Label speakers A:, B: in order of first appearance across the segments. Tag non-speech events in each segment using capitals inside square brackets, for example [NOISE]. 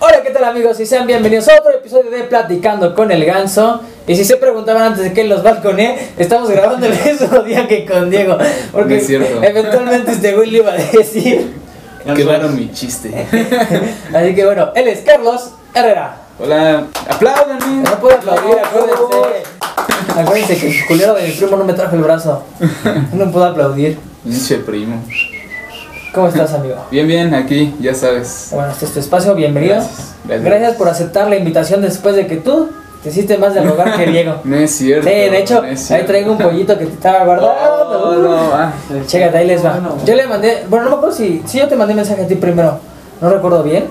A: Hola, ¿qué tal amigos? Y sean bienvenidos a otro episodio de Platicando con el Ganso. Y si se preguntaban antes de que los balconé, estamos grabando
B: [LAUGHS]
A: el mismo día que con Diego. Porque
B: No es cierto.
A: eventualmente este güey le iba a decir.
B: [LAUGHS] Quedaron mi chiste.
A: Así que bueno, él es Carlos Herrera.
B: Hola, apláudanme.
A: No puedo aplaudir, acuérdense. Acuérdense que el culero de mi primo no me trajo el brazo. No puedo aplaudir.
B: Pinche primo.
A: ¿Cómo estás, amigo?
B: Bien, bien, aquí, ya sabes.
A: Bueno, este es tu espacio, bienvenido.
B: Gracias, gracias.
A: Gracias por aceptar la invitación después de que tú te hiciste más del hogar que Diego.
B: No es
A: Sí,
B: cierto.
A: de hecho,
B: no es
A: ahí
B: cierto.
A: traigo un pollito que te estaba guardando.
B: Oh, no, ah.
A: Chécate, ahí les va.
B: Bueno.
A: Yo le mandé, bueno, no me acuerdo si, si yo te mandé mensaje a ti primero. No recuerdo bien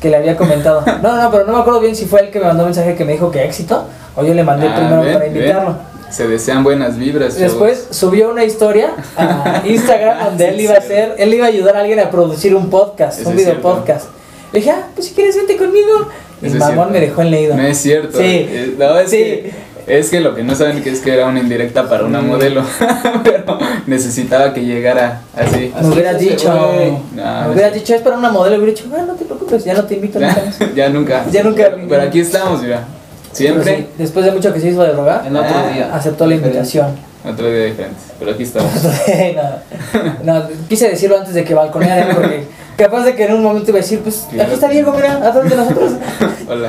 A: que le había
B: [LAUGHS]
A: comentado. No, no, pero no me acuerdo bien si fue él que me mandó mensaje que me dijo que éxito o yo le mandé
B: Ah,
A: primero
B: ven,
A: para
B: ven.
A: invitarlo.
B: Se desean buenas vibras. chavos.
A: Después subió una historia
B: [LAUGHS]
A: a Instagram donde
B: Sí,
A: él iba a
B: sí.
A: hacer, él iba a ayudar a alguien a producir un podcast,
B: Eso
A: un
B: es
A: video
B: cierto.
A: podcast. Le dije, ah, pues si quieres vente conmigo. Y
B: Eso es
A: mamón
B: cierto.
A: me dejó en leído.
B: No es cierto.
A: Sí.
B: Eh, No, es
A: Sí.
B: que, es que lo que no saben que es que era una indirecta para una
C: Mm.
B: modelo. [LAUGHS] Pero necesitaba que llegara así.
A: Me hubieras
C: Así es ese
A: dicho,
C: güey.
B: No,
A: me
B: no
A: hubieras
B: sé.
A: dicho, es para una modelo, y hubiera dicho, ah, no te preocupes, ya no te invito nunca [LAUGHS]
B: [LAUGHS]
A: más".
B: Ya, ya nunca.
A: Ya nunca.
B: Pero aquí estamos, mira.
A: Pero
B: Siempre.
A: sí, después de mucho que se hizo de rogar,
C: En otro
B: Ah,
C: día.
A: aceptó la invitación. [LAUGHS]
B: Otro día diferente. Pero aquí estamos.
A: no, no, quise decirlo antes de que balconeara, porque capaz de que en un momento iba a decir, pues
B: Claro.
A: aquí está Diego, mira, atrás de nosotros. [LAUGHS]
B: Hola.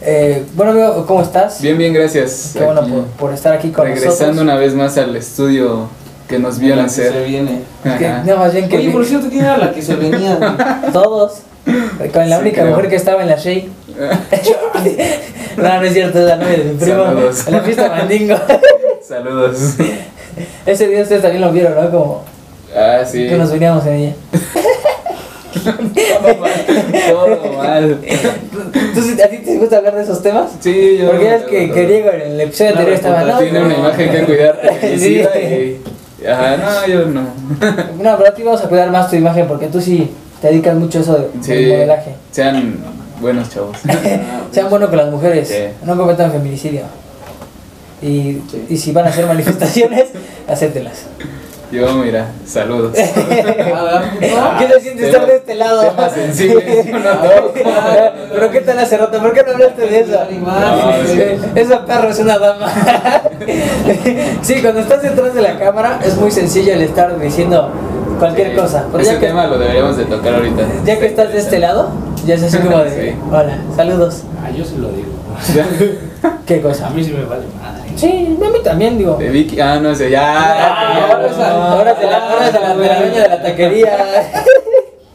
A: Eh, bueno, amigo, ¿cómo estás?
B: Bien, bien, gracias.
A: Qué bueno
B: Aquí,
A: por, por estar aquí con
B: Regresando
A: nosotros.
B: una vez más al estudio que nos vio
C: La que Se
B: nacer.
C: viene.
A: Que-
B: Ajá.
A: no, más bien que
C: Oye,
A: vi-
C: por cierto, ¿quién era la
A: [LAUGHS]
C: que se venía? güey?
A: todos, con la
B: Sí,
A: única
B: creo.
A: mujer que estaba en la Shea. [LAUGHS] no, no es cierto, es la novia de mi primo.
B: Saludos.
A: En la fiesta
B: [LAUGHS]
A: mandingo.
B: [LAUGHS]
A: [LAUGHS]
B: Saludos.
A: Ese día ustedes también lo vieron, ¿no? Como
B: Ah, sí.
A: que nos veníamos en ella.
B: Todo mal. Todo mal.
A: ¿Tú, sí- ¿A ti te gusta hablar de esos temas?
B: Sí, yo.
A: Porque es que, que Diego en el episodio
C: Una
A: anterior estaba
C: reportaje,
A: no,
B: Tiene
A: pero-
B: una imagen que cuidar.
A: [LAUGHS] Sí.
B: televisiva y- Ajá, no, yo no.
A: [LAUGHS] No, pero a ti vamos a cuidar más tu imagen porque tú sí te dedicas mucho a eso de,
B: Sí.
A: del modelaje.
B: Sean buenos chavos.
A: [LAUGHS] Sean buenos con las mujeres,
B: Sí.
A: no cometan feminicidio. Y,
C: Sí.
A: y si van a hacer
B: [LAUGHS]
A: manifestaciones, acéptelas.
B: Yo, mira, saludos.
C: Ah,
A: [LAUGHS]
C: ¿verdad?
A: ¿Qué se siente estar de este lado?
B: Temas
A: [LAUGHS]
B: sensibles. yo [LAUGHS] no toco.
A: pero qué tal hace rato, ¿por qué no hablaste de eso?
C: No,
B: sí.
A: Esa perro es una dama. [LAUGHS] sí, cuando estás detrás de la cámara es muy sencillo el estar diciendo [LAUGHS] cualquier
B: Sí.
A: cosa. Pero
B: Ese
A: ya que,
B: tema lo deberíamos de tocar ahorita.
A: [LAUGHS] ya que estás de este lado, ya es así como de,
B: Sí.
A: hola, saludos,
D: Ah, yo se lo digo.
A: qué
D: [LAUGHS] A
A: cosa.
D: mí sí me vale madre.
A: Sí, a mí también digo.
B: De Vicky. Ah, no sé, ya. Ah,
A: Ah, ahora es la- ahora es de la hora de la de la dueña de la taquería.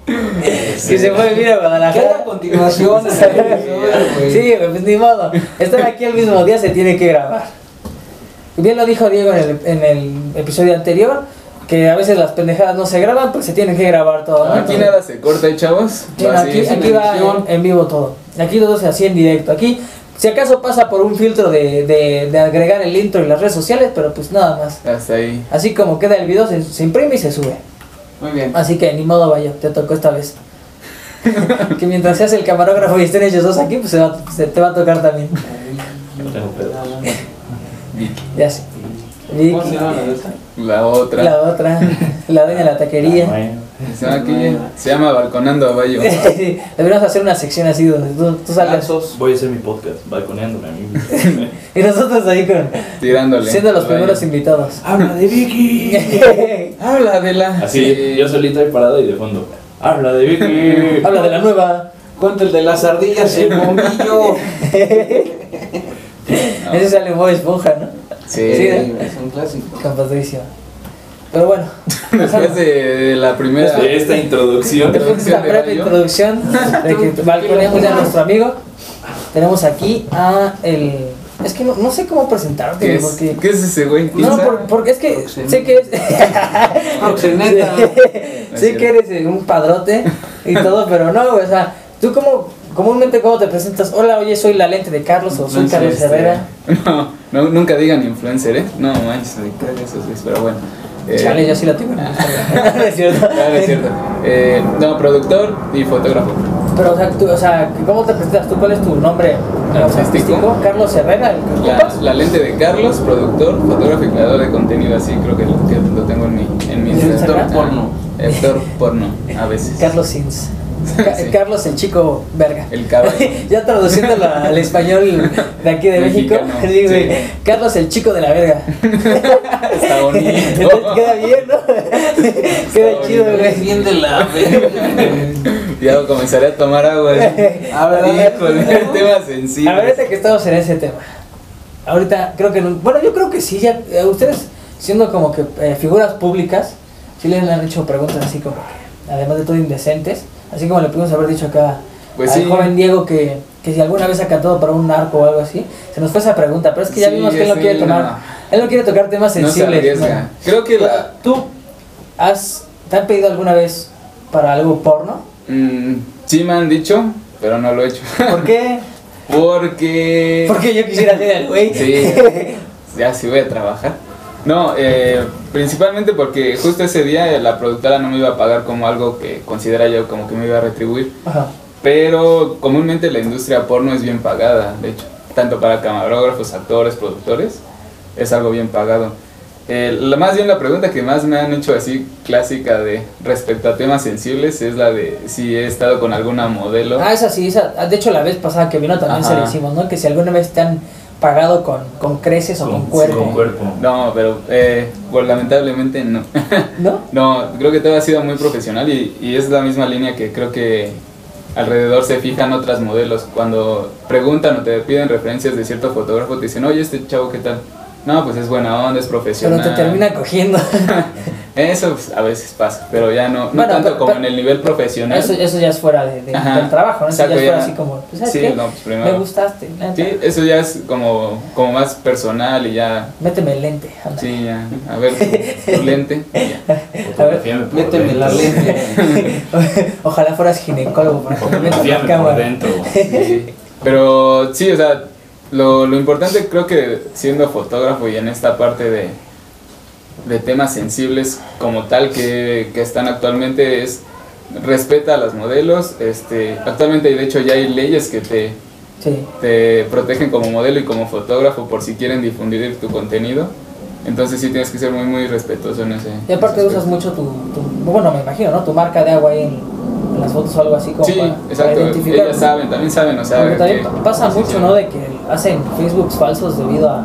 A: [LAUGHS] Si se fue mira a
C: ¿Qué era
A: Guadalajara.
C: a continuación? este
A: Sí, güey, pues ni modo. Estar aquí el mismo día se tiene que grabar. Bien lo dijo Diego en el, en el episodio anterior, que a veces las pendejadas no se graban, pues se tienen que grabar todo. ¿no?
B: Aquí nada se corta, ¿eh, chavos.
A: Ah, Sí, no,
B: Va así.
A: aquí,
C: es una
A: aquí va
C: edición.
A: en, en vivo todo. Aquí todo se hacía en directo. Aquí, si acaso pasa por un filtro de, de- de agregar el intro y las redes sociales, pero pues nada más.
B: Hasta ahí.
A: Así como queda el video, se, se imprime y se sube.
C: Muy bien.
A: Así que ni modo vaya, te tocó esta
C: [LAUGHS]
A: vez. que mientras seas el camarógrafo y estén ellos dos aquí, pues se va- se- te va a tocar también.
D: Yo tengo pedos.
B: Vicky.
A: Ya sé. Vicky,
C: ¿Cómo se llama la de esa?
B: La otra.
A: la otra, la dueña de la [LAUGHS] taquería.
D: Ah, Bueno,
B: Se llama aquí, se llama Balconando a
A: [LAUGHS]
B: Bayo.
A: Sí, Deberíamos hacer una sección así donde tú, tú salgas.
C: Lazos.
D: pues, Voy a hacer mi podcast, balconeándome a mí mismo. [LAUGHS]
A: Y nosotros ahí con,
B: Tirándole.
A: siendo los
B: a
A: primeros
B: [LAUGHS] Bayo.
A: invitados.
C: [LAUGHS] Habla de Vicky.
B: Habla de la.
D: Así,
C: eh,
B: Sí.
D: yo solito ahí parado y de fondo. Habla de
A: [LAUGHS]
D: Vicky.
A: Habla de la nueva.
C: Cuenta el de las ardillas, el bombillo.
A: Ese sale Bob Esponja, ¿no?
B: Sí.
A: Sí, ¿eh?
C: es un clásico.
A: Compadrísimo. Pero bueno.
B: Después de la primera.
D: De esta introducción.
A: Después de esta
B: introducción de
A: breve
B: Bayo.
A: introducción
B: [LAUGHS]
A: de que balconeamos ya a nuestro amigo, tenemos aquí a el... Es que no, no sé cómo
B: ¿Qué
A: presentarte,
B: es,
A: porque...
B: ¿Qué es ese güey? ¿Quién
A: No,
B: sabe?
A: por- porque es que
C: Proxeneta.
A: sé que es... [LAUGHS]
C: Proxeneta.
A: sé que eres eh, un padrote y
B: [LAUGHS]
A: todo, pero no, güey, o sea, tú como... Comúnmente cómo te presentas, hola, oye, soy la lente de Carlos o soy Carlos
B: Influencer,
A: Herrera.
B: este, No, no, nunca digan influencer, ¿eh? No manches, me cagan esos güeyes, pero bueno. Eh,
A: Chale, yo sí la tengo en Instagram. No es cierto.
B: ah, [LAUGHS] no es cierto. Eh, no, productor y fotógrafo.
A: Pero, o sea, tú- o sea, ¿cómo te presentas tú? ¿Cuál es tu nombre o sea,
B: Artístico.
A: artístico? Carlos Herrera, el que
B: La,
A: ocupas.
B: la lente de Carlos, productor, fotógrafo y creador de contenido, así creo que lo, que lo tengo en mi, en mi
A: ¿En
B: Instagram.
A: [LAUGHS] Instagram?
B: Actor porno, a veces.
A: Carlos Sins. Ca-
B: Sí.
A: Carlos el chico verga.
B: El caballo.
A: [LAUGHS] ya traduciéndolo al español de aquí de México, [LAUGHS]
B: Mexicano,
A: digo,
B: sí.
A: Carlos el chico de la verga. [LAUGHS]
B: Está
A: Entonces
B: bonito.
A: queda bien, ¿no?
B: [LAUGHS]
A: queda
B: bonito.
A: chido,
C: Eres
A: güey.
C: bien de la verga.
B: [LAUGHS] ya comenzaré a tomar agua.
A: [LAUGHS]
B: ¿eh?
C: A ver,
B: Híjole, [LAUGHS] el tema sencillo.
A: A ver, este ahorita que estamos en ese tema. Ahorita creo que. no- Bueno, yo creo que sí, ya. eh, ustedes, siendo como que eh, figuras públicas, sí les han hecho preguntas así como que, además de todo, indecentes. Así como le pudimos haber dicho acá
B: Pues
A: al
B: sí.
A: joven Diego que, que si alguna vez ha cantado para un narco o algo así. Se nos fue esa pregunta, pero es que ya
B: Sí,
A: vimos que él no
B: ese,
A: quiere tomar.
B: no.
A: Él no quiere tocar temas
B: No se
A: sensibles.
B: arriesga.
A: no.
B: Creo que la.
A: ¿Tú has, te han pedido alguna vez para algo porno?
B: mm, sí me han dicho, pero no lo he hecho. [LAUGHS]
A: ¿Por qué?
B: Porque.
A: Porque yo quisiera ser el güey.
B: Sí. Ya sí voy a trabajar. No, eh, principalmente porque justo ese día eh, la productora no me iba a pagar como algo que considera yo como que me iba a retribuir.
A: [LAUGHS] Ajá.
B: Pero comúnmente la industria porno es bien pagada, de hecho, tanto para camarógrafos, actores, productores, es algo bien pagado. Eh, la- más bien la pregunta que más me han hecho así clásica de respecto a temas sensibles es la de si he estado con alguna modelo.
A: Ah, esa sí, esa. ah, De hecho, la vez pasada que vino también se
B: Ajá.
A: le hicimos, ¿no? Que si alguna vez te han pagado con, con creces o con, cuerpo,
D: Con cuerpo.
B: No, pero eh, pues, lamentablemente no. [LAUGHS]
A: ¿no?
B: No, creo que todo ha sido muy profesional y, y es la misma línea que creo que alrededor se fijan otras modelos. Cuando preguntan o te piden referencias de cierto fotógrafo, te dicen, oye, este chavo, ¿qué tal? No, pues es buena onda, es
A: Pero
B: profesional.
A: te termina cogiendo.
B: Eso pues, a veces pasa, pero ya no, no
A: Bueno,
B: tanto
A: pero-
B: como
A: pero-
B: en el nivel profesional.
A: eso, eso ya es fuera de, de-
B: Ajá.
A: del trabajo, ¿no? Eso ya
B: Exacto,
A: es fuera
B: ya.
A: así como, pues, ¿sabes
B: Sí,
A: qué?
B: no, pues, primero-
A: Me gustaste, la neta.
B: Sí, eso ya es como, como más personal y ya...
A: Méteme el lente. anda.
B: Sí, ya. A ver, tu, tu lente.
D: Fotografíame por
C: Méteme la
D: dentro.
C: lente.
A: [LAUGHS] [LAUGHS] Ojalá fueras ginecólogo para que me metas la
D: Fotografíame por
A: cámara.
D: dentro.
B: Sí. Pero sí, o sea, lo, lo importante creo que siendo fotógrafo y en esta parte de, de temas sensibles como tal que, que están actualmente es respeta a las modelos. Este, actualmente de hecho ya hay leyes que te,
A: Sí.
B: te protegen como modelo y como fotógrafo por si quieren difundir tu contenido. Entonces sí tienes que ser muy muy respetuoso en ese.
A: Y aparte
B: ese
A: usas mucho
B: aspecto.
A: tu, tu- bueno, me imagino, ¿no? Tu marca de agua ahí en, en las fotos o algo así como
B: Sí,
A: para, para
B: exacto.
A: identificar.
B: Ellas saben, también saben, o sea,
A: Porque también
B: que-
A: pasa
B: sí,
A: mucho,
B: sí.
A: ¿no? De que hacen Facebooks falsos debido a,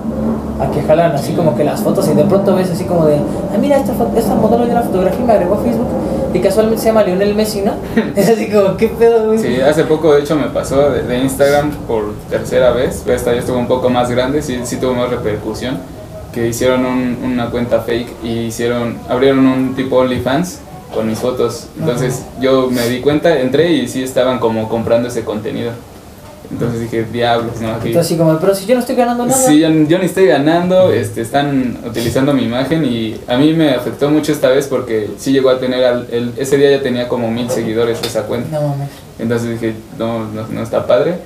A: a que jalan así como que las fotos y de pronto ves así como de, ah, mira, esta, fo- esta modelo de la fotografía y me agregó a Facebook y casualmente se llama Lionel Messi, ¿no? [LAUGHS] Es así como, ¿qué pedo, güey?
B: Sí, hace poco de hecho me pasó de, de Instagram por tercera vez, pero esta ya estuvo un poco más grande, sí, sí tuvo más repercusión, que hicieron un- una cuenta fake y hicieron, abrieron un tipo OnlyFans con mis fotos. Entonces yo me di cuenta, entré y sí estaban como comprando ese contenido. Entonces dije, diablos, ¿no? Aquí,
A: Entonces así como, pero si yo no estoy ganando nada.
B: Sí, yo, yo ni estoy ganando, este, están utilizando mi imagen y a mí me afectó mucho esta vez porque sí llegó a tener, al- el- ese día ya tenía como mil seguidores esa cuenta.
A: No mames.
B: Entonces dije, no, no, no está padre.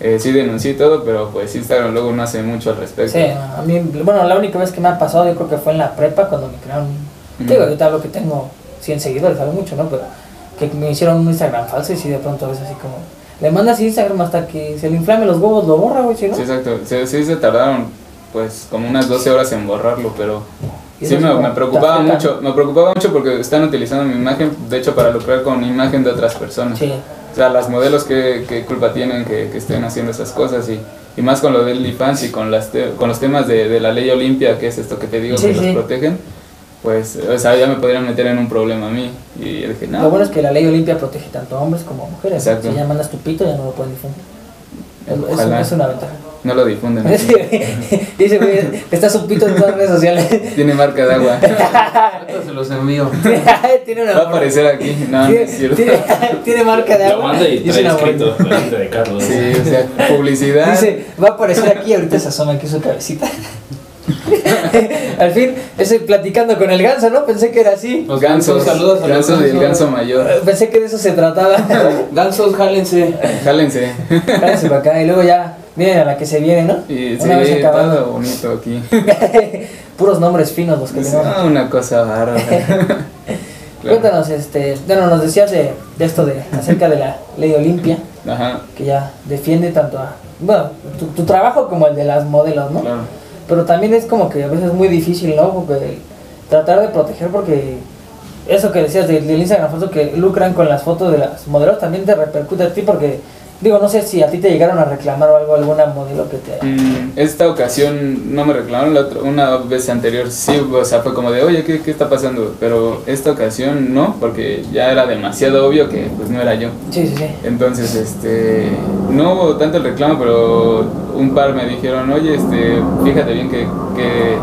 B: Eh, sí denuncié y todo, pero pues Instagram luego no hace mucho al respecto.
A: Sí, no, a mí, bueno, la única vez que me ha pasado yo creo que fue en la prepa cuando me crearon,
B: Ujú.
A: digo, ahorita hablo que tengo 100 seguidores, algo mucho, ¿no? Pero que me hicieron un Instagram falso y si de pronto ves así como, le mandas Instagram hasta que se le inflame los huevos, lo borra, güey, si no.
B: Sí, exacto. Sí, sí se tardaron pues como unas 12 horas en borrarlo, pero
A: Y
B: sí
A: eso
B: me,
A: es como
B: me preocupaba
A: tarjeta.
B: mucho. Me preocupaba mucho porque están utilizando mi imagen, de hecho, para lucrar con imagen de otras personas.
A: Sí.
B: O sea, las modelos que, culpa tienen que, que estén haciendo esas cosas y, y más con lo del OnlyFans y con, las te- con los temas de, de la ley Olimpia, que es esto que te digo
A: Sí,
B: que
A: sí.
B: los protegen, pues, o sea, ya me podrían meter en un problema a mí. Y yo dije, no.
A: Lo bueno es que la ley Olimpia protege tanto a hombres como a mujeres.
B: Exacto.
A: Si ya mandas tu pito, ya no lo pueden difundir. Es- es-
B: Ojalá.
A: Es, una
B: [LAUGHS]
A: ventaja. [LAUGHS]
B: No lo difunden.
A: Sí, güey. Dice, güey, está su pito en todas las redes sociales. [LAUGHS]
B: Tiene marca de agua.
C: Ahorita se los envío.
A: tiene una
B: Va a aparecer aquí. No, no
A: tiene,
B: es cierto.
A: tiene- tiene [LAUGHS] marca de
D: La
A: agua.
D: manda y
A: es
D: trae
A: una
D: escrito
A: buena.
D: la gente de Carlos.
B: Sí, o sea, publicidad.
A: Dice, va a aparecer aquí y ahorita se asoma aquí su cabecita. [LAUGHS] Al fin, estoy platicando con el ganso, ¿no? Pensé que era así.
B: los gansos.
C: Saludos a los
B: gansos y el
C: gansos.
B: ganso mayor.
A: Pensé que de eso se
B: [LAUGHS]
A: trataba.
C: Gansos, jálense.
B: Jálense.
A: Cállese para acá y luego ya miren a la que se viene, ¿no?
B: Y
A: Una vez
B: sí,
A: acabado.
B: todo bonito aquí.
A: [LAUGHS] Puros nombres finos los que
B: Es
A: tenemos.
B: una cosa bárbara. ah,
A: [LAUGHS]
B: Claro.
A: Cuéntanos, este, bueno, nos decías de, de esto de acerca de la ley Olimpia,
B: Ajá,
A: que ya defiende tanto a, bueno, tu, tu trabajo como el de las modelos, ¿no?
B: claro.
A: Pero también es como que a veces es muy difícil, ¿no? Porque tratar de proteger porque eso que decías del, del Instagram foto que lucran con las fotos de las modelos también te repercute a ti porque digo no sé si a ti te llegaron a reclamar o algo alguna modelo que te
B: Mm, esta ocasión no me reclamaron, la otra- una vez anterior sí, o sea, fue como de, oye, ¿qué, qué está pasando? Pero esta ocasión no, porque ya era demasiado obvio que pues no era yo.
A: sí sí sí
B: Entonces, este, no hubo tanto el reclamo, pero un par me dijeron, oye, este, fíjate bien que, que-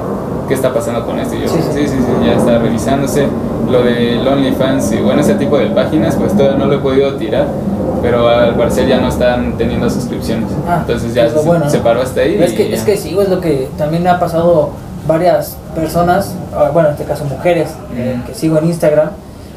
B: qué está pasando con esto. Y yo,
A: Sí,
B: sí,
A: sí.
B: sí, sí, ya está revisándose. Lo de OnlyFans y bueno, ese tipo de páginas, pues todavía no lo he podido tirar, pero al parecer ya no están teniendo suscripciones.
A: Ah,
B: Entonces ya
A: es lo
B: se,
A: bueno, ¿no?
B: se paró hasta ahí.
A: es
B: y
A: que
B: ya.
A: es que sí güey, es lo que también ha pasado varias personas ah, bueno en este caso mujeres eh,
B: Ujú.
A: que sigo en Instagram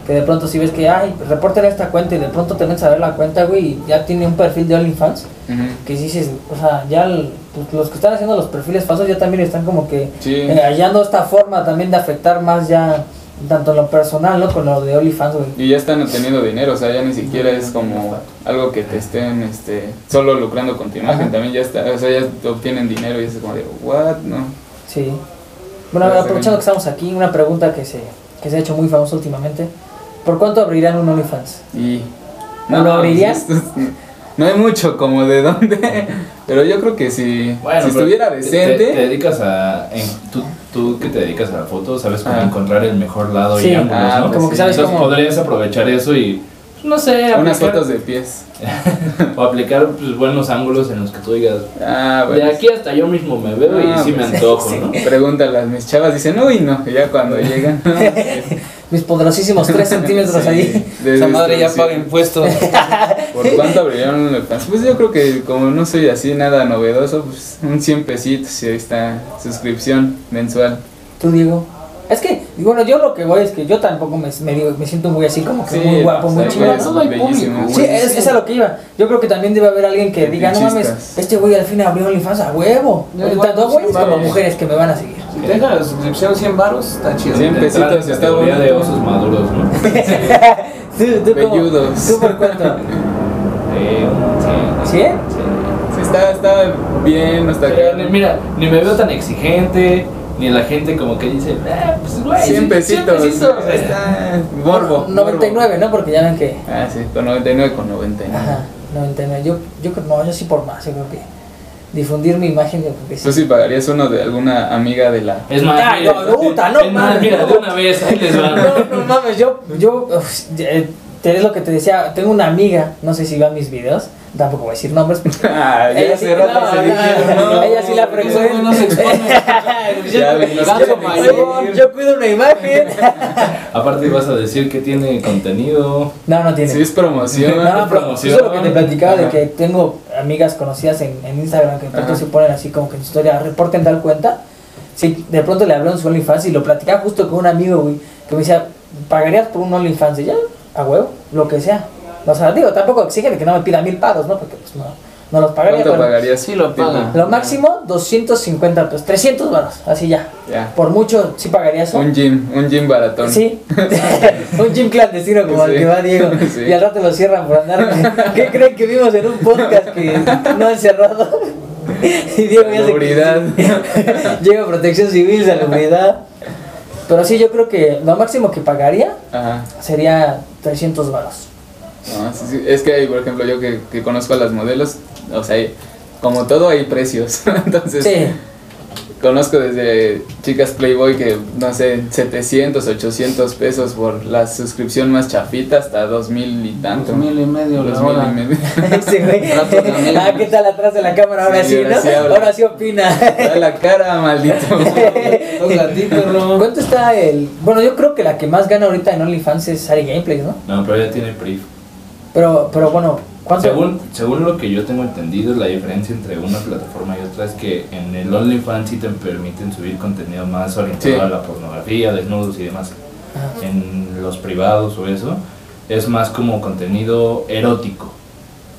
A: que de pronto si ves que ay reporten esta cuenta y de pronto te metes a ver la cuenta güey y ya tiene un perfil de OnlyFans
B: Ujú.
A: que dices, o sea, ya el- pues, los que están haciendo los perfiles falsos ya también están como que
B: Sí.
A: eh, hallando esta forma también de afectar más ya tanto en lo personal, ¿no? Con lo de OnlyFans, güey.
B: Y ya están obteniendo dinero, o sea, ya ni siquiera es como algo que te estén este, solo lucrando con tu imagen,
A: Ajá.
B: también ya está, o sea, ya te obtienen dinero y es como de, what, no.
A: Sí. Bueno,
B: Ya se
A: aprovechando
B: ven.
A: que estamos aquí, una pregunta que se, que se ha hecho muy famosa últimamente. ¿Por cuánto abrirán un OnlyFans?
B: Y...
A: ¿No lo abrirías?
B: [LAUGHS] esto es- no hay mucho como de dónde, pero yo creo que si, si
D: pero
B: estuviera
D: te-
B: decente...
D: Te, te dedicas a. en- tú, tú que te dedicas a la foto, sabes cómo
B: Ah.
D: encontrar el mejor lado
A: Sí.
D: y ángulos,
B: Ah,
D: ¿no?
B: como que
A: sabes
D: Entonces
A: cómo-
D: podrías aprovechar eso y. pues, No sé,
B: Unas
D: aplicar-
B: fotos de pies.
D: [LAUGHS] O aplicar pues, buenos ángulos en los que tú digas.
B: Ah,
D: De
B: bueno.
D: aquí hasta yo mismo me veo y
B: Ah,
D: sí me
B: pues,
D: antojo, ¿no?
B: Pregúntalas, mis chavas dicen, uy, no, y ya
D: [LAUGHS]
B: cuando llegan. ¿no?
A: Mis poderosísimos
B: [LAUGHS]
A: 3 centímetros
B: Sí,
A: ahí.
B: de
C: Esa madre ya
B: destrucción.
C: paga impuestos.
B: ¿Por cuánto abrieron el OnlyFans? Pues yo creo que como no soy así nada novedoso, pues un 100 pesitos y ahí está suscripción mensual.
A: Tú, Diego. Es que, bueno, yo lo que voy es que yo tampoco me, me digo- me siento muy así, como que muy guapo, muy
B: sí,
A: chido.
B: es
C: No, no hay
B: bellísimo.
C: público,
A: Sí, es, es a lo que iba. Yo creo que también debe haber alguien que
B: Qué
A: diga, no mames,
B: pinchistas.
A: este güey al fin abrió OnlyFans a huevo.
C: Yo igual,
A: Tanto
C: sí,
A: güeyes como
C: vale.
A: mujeres que me van a seguir.
C: Si te dejan la suscripción 100 baros, está chido.
B: Sí. 100
D: Entrar en
B: pesitos, está
D: categoría de
B: bonito.
D: osos
B: [LAUGHS]
D: maduros, ¿no?
A: ¿Tú, tú cómo-
B: Velludos.
A: ¿Tú por cuánto?
D: Eh, sí.
A: ¿Sí?
B: Sí, está, está bien hasta
D: Sí,
B: acá.
D: ni- Mira, ni me veo tan exigente, ni la gente como que dice, ah, pues güey,
B: 100
D: sí,
B: pesitos.
D: 100 pesitos.
B: Está [LAUGHS] morbo.
A: 99, ¿no? Porque ya ven que...
B: morbo. Ah, sí, con 99 con 99.
A: Ajá, 99. Yo, yo creo, no, yo sí por más, yo creo que difundir mi imagen, yo creo que sí.
B: Tú Pues sí pagarías uno de alguna amiga de
D: [LAUGHS]
B: la...
D: Es más,
A: Ah,
D: mira,
A: no, no, puta, no,
D: es más,
A: mames,
D: mira,
A: no.
D: de una vez, ahí les va.
A: [LAUGHS] [LAUGHS] No, no mames, yo, yo, uf, eh, te es lo que te decía, tengo una amiga, no sé si vean mis videos, tampoco voy a decir nombres, porque
B: [LAUGHS] Ah,
A: Ella sí, no,
B: se
A: no,
B: dijeron,
A: no,
B: no.
A: ella sí la
C: porque esos güey
A: frecuenta.
C: no se
A: [LAUGHS]
C: exponen.
B: Ya ven, los
C: Gato
B: quieren
C: mayor.
B: exhibir.
A: Yo cuido una
B: [LAUGHS]
A: imagen.
D: Aparte vas a decir que tiene contenido.
A: No, no tiene.
B: Sí, es promoción.
A: [LAUGHS] No, pero eso
D: promoción.
A: es lo que te platicaba de
B: Ajá.
A: que tengo amigas conocidas en, en Instagram que de pronto
B: Ajá.
A: se ponen así como que en su historia, reporten tal cuenta. Sí, de pronto le habló en su OnlyFans y lo platicaba justo con un amigo, güey, que me decía, ¿pagarías por un OnlyFans? Y ya, a huevo, lo que sea. O sea, digo, tampoco exígele que no me pida mil pagos, ¿no? Porque pues no, no los pagaría.
B: ¿Cuánto
A: pero
B: pagarías?
C: Sí lo
B: Tipo,
C: paga.
A: Lo máximo, 250 pesos, 300 baros, así ya.
B: Ya.
A: Por mucho, sí pagaría eso.
B: Un gym, un gym baratón.
A: Sí, [LAUGHS] un gym clandestino como el
B: Sí.
A: que va Diego.
B: Sí.
A: Y al rato lo cierran por andar. ¿Qué creen que vimos en un podcast que no han cerrado? [LAUGHS] Y Diego ya se-
B: Salubridad.
A: [LAUGHS] Llega protección civil, salubridad. Pero sí, yo creo que lo máximo que pagaría
B: Ajá.
A: sería 300 varos.
B: No, sí, sí, Es que, hay, por ejemplo, yo que, que conozco a las modelos, o sea, hay- como todo hay precios. [LAUGHS] Entonces,
A: Sí,
B: conozco desde chicas Playboy que, no sé, 700, 800 pesos por la suscripción más chafita hasta 2000 y tanto.
C: Dos mil y medio la
B: Dos mil
C: hora.
B: y medio.
A: [LAUGHS]
B: [LAUGHS]
A: sí, güey.
C: Rato de amigos.
A: Ah, ¿qué tal atrás de la cámara? Ahora sí,
B: Sí, ahora sí
A: ¿no?
B: habla.
A: Ahora sí opina.
B: Da la cara,
A: [LAUGHS]
B: maldito.
C: Toca a ti, perro.
A: ¿Cuánto está el...? Bueno, yo creo que la que más gana ahorita en OnlyFans es Ari Gameplays, ¿no?
D: No, pero ya tiene PRIF.
A: Pero, pero bueno, ¿cuánto?
D: Según, según lo que yo tengo entendido, la diferencia entre una plataforma y otra es que en el OnlyFans sí te permiten subir contenido más orientado
B: Sí.
D: a la pornografía, desnudos y demás.
A: Ajá.
D: En los privados o eso, es más como contenido erótico.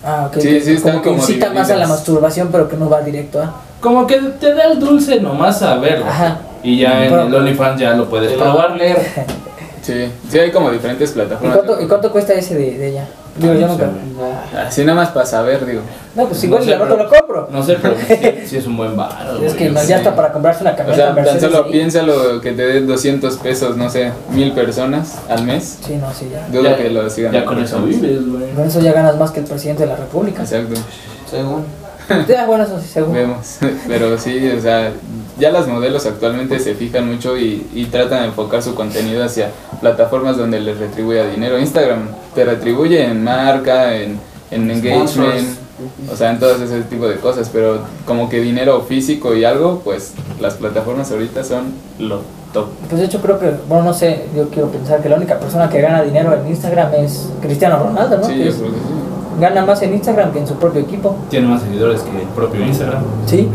A: Ah, ok.
B: Sí,
A: que-
B: sí, están
A: como que
B: como
A: incita más a la
B: divididas.
A: masturbación, pero que no va directo ¿ah? a.
D: Como que te da el dulce nomás a verlo.
A: Ajá.
D: Y ya en
A: Pero-
D: el OnlyFans ya lo puedes
C: Te la va a
D: probar.
C: leer.
B: Sí, sí, hay como diferentes
A: ¿Y
B: plataformas.
A: cuánto, y cuánto cuesta ese de, de ella? Digo, yo
D: No sé,
A: nunca.
B: Así nada más para saber, digo.
A: No, pues
D: No
A: igual
D: sé,
A: y al rato
D: pero-
A: lo compro.
D: No sé, pero
A: [LAUGHS]
D: sí, sí es un buen bar.
A: es que
B: no,
A: ya
B: sé.
A: está para comprarse una
B: O
A: camioneta
B: sea, tan
A: Mercedes
B: solo
A: ahí.
B: piénsalo que te den 200 pesos, no sé, mil personas al mes.
A: Sí, no, sí, ya.
B: Dudo que lo sigan.
D: Ya con eso
B: personas.
D: vives, güey.
A: Con eso ya ganas más que el presidente de la República. Pues
B: Exacto,
C: Según.
A: Ya, bueno, eso sí, seguro.
B: vemos. [LAUGHS] Pero sí, o sea, ya las modelos actualmente se fijan mucho y, y tratan de enfocar su contenido hacia plataformas donde les retribuya dinero. Instagram te retribuye en marca, en, en engagement,
C: Sponsors.
B: o sea, en todos ese tipo de cosas. Pero como que dinero físico y algo, pues las plataformas ahorita son lo top.
A: Pues de hecho creo que, bueno, no sé, yo quiero pensar que la única persona que gana dinero en Instagram es Cristiano Ronaldo, ¿no?
B: Sí,
A: Que
B: yo
A: es-
B: creo que sí.
A: gana más en Instagram que en su propio equipo.
D: Tiene más seguidores que el propio Instagram.
A: Sí.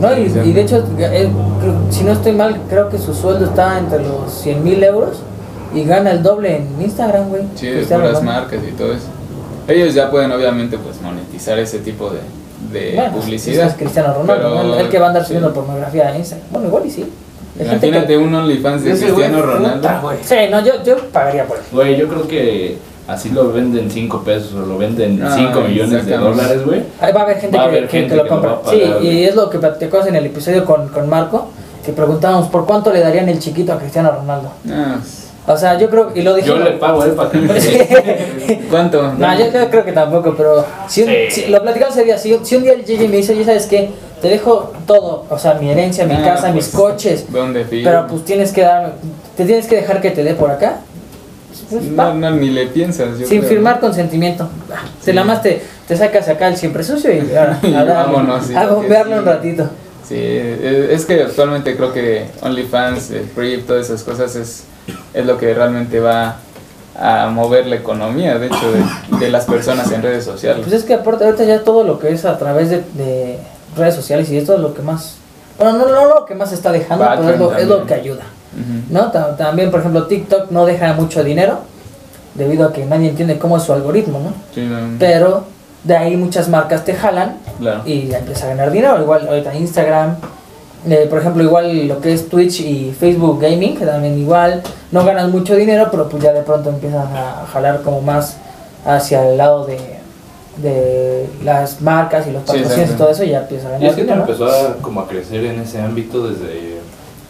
A: No, y,
B: Sí.
A: y de hecho, él, creo- si no estoy mal, creo que su sueldo está entre los 100 mil euros y gana el doble en Instagram, güey.
B: Sí, de
A: Cristiano
B: puras
A: Ronaldo.
B: marcas y todo eso. Ellos ya pueden obviamente pues monetizar ese tipo de, de
A: Bueno, pues,
B: publicidad.
A: Es Cristiano Ronaldo,
B: pero-
A: ¿no? el, el que va a andar
B: sí.
A: subiendo pornografía a Instagram. Bueno, igual y sí. Hay gente que-
B: Imagínate un OnlyFans de
C: Ese güey,
B: Cristiano
C: puta,
B: Ronaldo.
C: güey.
A: Sí, no, yo, yo pagaría por él.
D: Güey, yo creo que así lo venden 5 pesos o lo venden
B: Ah,
D: 5 millones de
B: exactamente.
D: dólares, güey.
A: Ahí va a haber gente,
D: Va a
A: que,
D: haber
A: que-
D: gente
A: que lo
D: que lo va
A: compra.
D: a
A: sí,
D: pagar,
A: y
D: güey.
A: es lo que platicamos en el episodio con, con Marco, que preguntábamos por cuánto le darían el chiquito a Cristiano Ronaldo.
B: Ah,
A: O sea, yo creo, y lo dije.
D: Yo
A: [LAUGHS]
D: le pago a él para que me
B: ¿Cuánto?
A: No, yo, yo creo que tampoco, pero si un-
D: Sí.
A: si- lo platicamos ese día, si, un- si un día el Gigi me dice, ya sabes qué, te dejo todo, o sea, mi herencia, mi
B: Ah,
A: casa, mis
B: pues,
A: coches,
B: ¿Dónde firmo?
A: pero pues tienes que dar, te tienes que dejar que te dé por acá, pues, va,
B: no, no, ni le piensas. yo
A: sin
B: creo.
A: firmar consentimiento, Ah, te la más te, te sacas acá el siempre sucio y
B: [LAUGHS]
A: ahora,
B: Y
A: a, dar-
B: vámonos, sí,
A: a
B: porque
A: bombearlo
B: sí.
A: un ratito.
B: Sí, eh, es que actualmente creo que OnlyFans, el Free, todas esas cosas es, es lo que realmente va a mover la economía, de hecho, de, de las personas en redes sociales.
A: Pues es que aparte ahorita ya todo lo que es a través de, de redes sociales y esto es lo que más, bueno, no, no lo que más está dejando,
B: Patreon
A: pero es lo, es lo
B: también.
A: que ayuda.
B: Ujú.
A: ¿no? Ta- También, por ejemplo, TikTok no deja mucho dinero debido a que nadie entiende cómo es su algoritmo, ¿no?
B: Sí, no,
A: Pero de ahí muchas marcas te jalan
B: claro.
A: y ya empiezas a ganar dinero. Igual ahorita Instagram, eh, por ejemplo, igual lo que es Twitch y Facebook Gaming, que también igual no ganas mucho dinero, pero pues ya de pronto empiezas a jalar como más hacia el lado de, de las marcas y los
B: Sí,
A: patrocinios y
B: exacto.
A: todo eso y ya empiezas a
D: Y
A: ganar
D: es que
B: pues,
A: dinero. ¿no?
D: empezó a, como a crecer en ese ámbito desde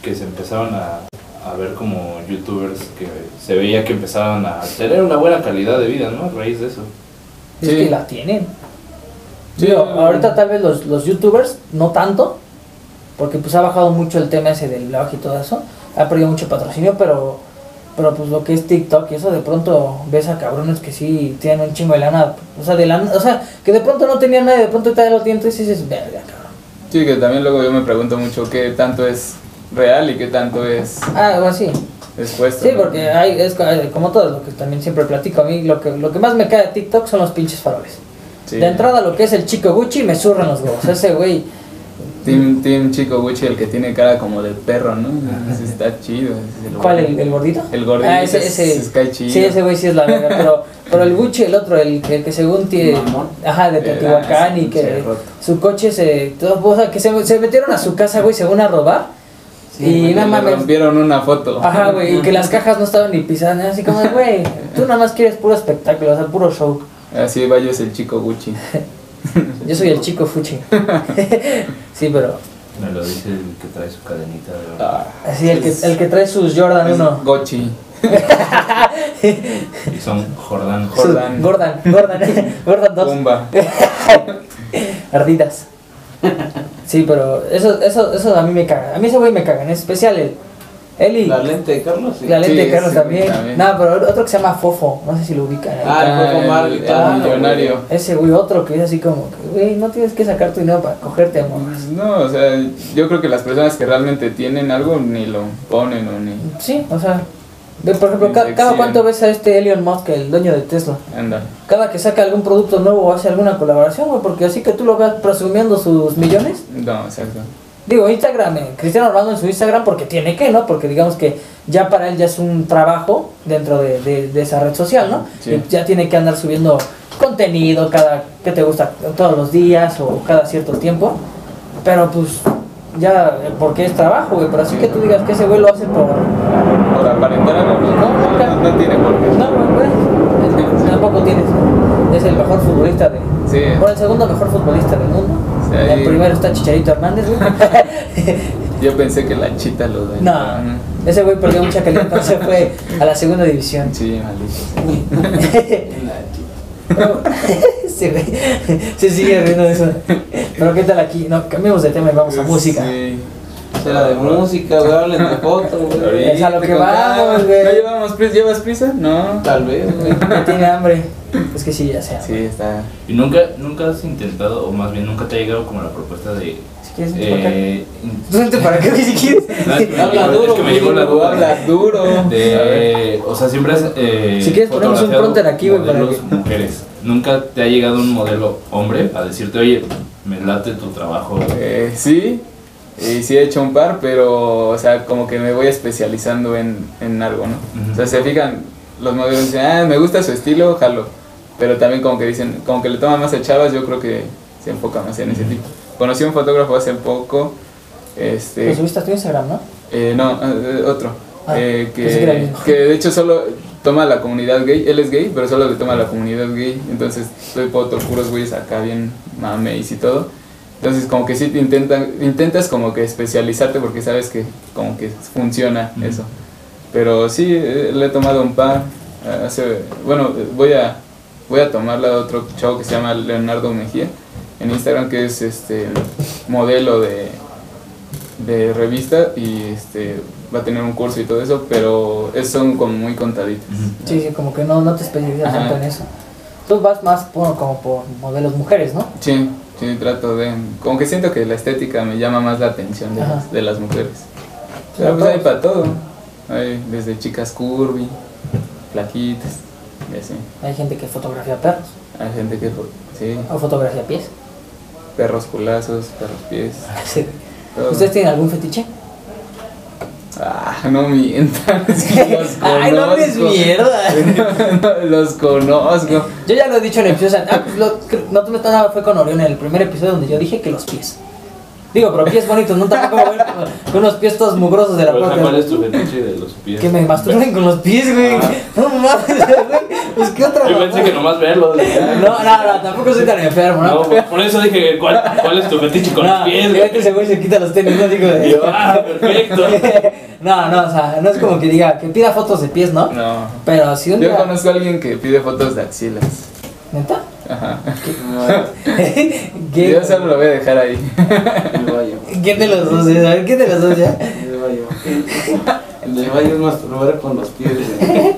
D: que se empezaron a, a ver como youtubers que se veía que empezaban a tener una buena calidad de vida, ¿no? A raíz de eso.
A: Es
B: Sí.
A: que la tienen.
B: Sí,
A: Digo,
B: no,
A: ahorita
B: no.
A: tal vez los, los youtubers, no tanto, porque pues ha bajado mucho el tema ese del blog y todo eso, ha perdido mucho patrocinio, pero, pero pues lo que es TikTok y eso de pronto ves a cabrones que sí tienen un chingo de lana, o sea, de lana, o sea, que de pronto no tenían nada y de pronto te lo tienen y dices, verga, cabrón.
B: Sí, que también luego yo me pregunto mucho qué tanto es real y qué tanto es
A: Ah, algo así.
B: expuesto.
A: Sí,
B: ¿no?
A: porque hay, es co- eh, como todo lo que también siempre platico, a mí lo que, lo que más me cae de TikTok son los pinches faroles.
B: Sí.
A: De entrada lo que es el chico Gucci me zurran los huevos, ese güey.
B: Team, team Chico Gucci, el que tiene cara como de perro, ¿no? Ese está chido. ese es
A: ¿Cuál?
B: bueno.
A: ¿El, el gordito?
B: El gordito,
A: Ah, ese,
B: ese-
A: ese.
B: ese cae chido.
A: Sí, ese güey sí es la verga. pero, pero el Gucci, el otro, el, que- que según tiene.
C: Mamón.
A: Ajá, de
B: Eh,
A: Teotihuacán
B: ah,
A: y
B: sí,
A: que
B: sí, roto.
A: su coche se. Todo, o sea, que se, se metieron a su casa, güey, según a robar. y
B: Que
A: nada
B: le
A: mames.
B: rompieron una foto.
A: Ajá, güey, y que las cajas no estaban ni pisadas, nada, así como, de, güey, tú nada más quieres puro espectáculo, o sea, puro show.
B: Así vaya es el Chico Gucci.
A: Yo soy el chico Fuchi. [LAUGHS] sí, pero.
D: Me lo dice el que trae su cadenita de oro.
A: Ah. Así, el que, el que trae sus Jordan
B: Es
A: 1.
B: Gucci.
D: Y son Jordan.
A: Sus-
B: Jordan.
A: Gordon, Gordon, [LAUGHS] Gordon 2.
B: Pumba.
A: Ardidas. Sí, pero eso, eso, eso a mí me caga. A mí ese güey me caga, en especial él. Él y
C: La
A: la,
C: lente de Carlos. sí.
A: lente de
B: Sí,
A: Carlos
B: ese güey
A: también.
B: también.
A: No, pero otro que se llama Fofo, no sé si lo ubican.
C: Ah, el Coco Marley,
B: el
A: Ah,
C: claro,
B: millonario.
A: Ese güey, otro que es así como, que, güey, no tienes que sacar tu dinero para cogerte a morras.
B: No, o sea, yo creo que las personas que realmente tienen algo ni lo ponen o ni.
A: Sí, o sea, ve, por ejemplo, ca- cada
B: Infección.
A: cuánto ves a este Elon Musk, el dueño de Tesla.
B: Anda.
A: Cada que saca algún producto nuevo o hace alguna colaboración, güey, porque así que tú lo veas presumiendo sus millones,
B: No, exacto.
A: Digo, Instagram, eh, Cristiano Ronaldo en su Instagram porque tiene que, ¿no? Porque digamos que ya para él ya es un trabajo dentro de, de- de esa red social, ¿no?
B: Sí.
A: Y ya tiene que andar subiendo contenido cada que te gusta todos los días o cada cierto tiempo. Pero pues ya, eh, porque es trabajo, güey. Pero así
B: Sí.
A: que tú digas que ese güey lo hace por... No,
B: Por aparentar algo, pues, no, no, no tiene por qué.
A: güey, pues, eh, tampoco tienes. ¿no? el mejor futbolista de.
B: Sí.
A: Bueno, el segundo mejor futbolista del mundo.
B: Sí, ahí-
A: el primero está Chicharito Hernández, güey.
B: [LAUGHS] Yo pensé que la chita lo dañó.
A: no, ese güey perdió mucha calidad cuando se fue a la segunda división.
B: Sí, maldito.
A: [LAUGHS] Pero- Ese güey se sigue riendo de eso. Pero qué tal aquí, no, cambiemos de tema y vamos a música.
B: Sí.
C: Será de música, güey, hablen de fotos, güey.
A: Ahorita. Es a lo
B: Te
A: que
B: contaba.
A: vamos, güey.
B: ¿No llevamos prisa? ¿Llevas prisa? No.
C: Tal vez, [LAUGHS] güey.
A: Me tiene hambre. Es que sí, ya sea.
B: Sí, está.
D: ¿Y nunca, nunca has intentado, o más bien nunca te ha llegado como la propuesta de...
A: Si quieres, vente para acá.
D: eh, [LAUGHS]
A: Tú vente para acá, güey, si
B: [LAUGHS]
A: quieres.
D: No, es que me
C: Habla
D: llegó-
C: duro,
D: es que me
C: güey,
D: llegó la
C: no
D: duda.
B: Hablas duro. A ver.
D: De, o sea, siempre has. eh,
A: Si quieres, ponemos un
D: fotografiado
A: prompter aquí, güey, para
D: modelos mujeres. Nunca te ha llegado un modelo hombre a decirte, oye, me late tu trabajo.
B: Eh, sí, y sí he hecho un par, pero, o sea, como que me voy especializando en, en algo, ¿no?
D: Ujú.
B: O sea, se fijan, los modelos dicen, ah, me gusta su estilo, jalo. Pero también como que dicen, como que le toman más a chavas, yo creo que se enfoca más en ese tipo. Conocí a un fotógrafo hace poco, este...
A: Lo subiste a tu Instagram, ¿no?
B: Eh, no, eh, otro.
A: Ah,
B: Eh,
A: pensé que era el
B: que,
A: mismo.
B: que de hecho solo toma a la comunidad gay. Él es gay, pero solo le toma a la comunidad gay. Entonces soy fotos puros güeyes acá bien mameis y todo. Entonces como que sí te intentan, intentas como que especializarte porque sabes que como que funciona
D: Ujú.
B: eso. Pero sí, eh, le he tomado un par. eh, hace- bueno, eh, voy a, voy a tomarla de otro chavo que se llama Leonardo Mejía en Instagram que es este modelo de, de revista y este va a tener un curso y todo eso, pero es- son como muy contaditos.
D: Ujú.
A: Sí, sí, como que no, no te especializas
B: Ajá.
A: tanto en eso. Tú vas más por, como por modelos mujeres, ¿no?
B: Sí, sí, trato de... Como que siento que la estética me llama más la atención de,
A: Ajá.
B: las, de las mujeres.
A: Para
B: Pero pues hay
A: todos.
B: para todo. Hay desde chicas curvy, flaquitas, y así.
A: Hay gente que fotografía perros
B: Hay gente que... fo- Sí,
A: o fotografía pies.
B: perros culazos, perros pies.
A: Sí.
B: todo.
A: ¿Ustedes tienen algún fetiche?
B: Ah, no mientan. es
A: [LAUGHS]
B: que los
A: Ay, no hables
B: conozco. [LAUGHS]
A: mierda.
B: los
A: [LAUGHS]
B: conozco.
A: Yo ya lo he dicho en episodios. an- Ah, pues lo, cre- no tuve nada, fue con Orión en el primer episodio donde yo dije que los pies. Digo, pero pies bonitos, no tampoco voy a ir con- con unos pies todos mugrosos de la
D: Pero, o sea, ¿Cuál
A: propia.
D: es tu fetiche de los pies?
A: Que me masturben con los pies, güey.
D: Ah.
A: No mames, güey. Pues qué otra
D: Yo pensé que
A: mamá?
D: nomás verlos.
A: No, no, no, tampoco soy tan enfermo, [LAUGHS] ¿no?
D: No, por eso dije, ¿cuál, cuál es tu fetiche con los
A: No,
D: pies?
A: fíjate, ese güey se quita los tenis, no digo
D: Y
A: de. [LAUGHS]
C: [LAUGHS]
D: yo, ah, perfecto.
A: No, no, o sea, no es como que diga que pida fotos de pies, ¿no?
B: No.
A: Pero si un
B: Yo
A: día.
B: conozco a alguien que pide fotos de axilas.
D: [LAUGHS]
A: ¿Neta? [LAUGHS]
B: Ajá.
A: ¿Qué?
B: Yo solo lo voy a dejar ahí. [LAUGHS]
C: El baño.
A: ¿Quién de los dos? es? A ver, ¿quién de los dos ya?
C: El baño. El del baño es masturbar con los pies, güey.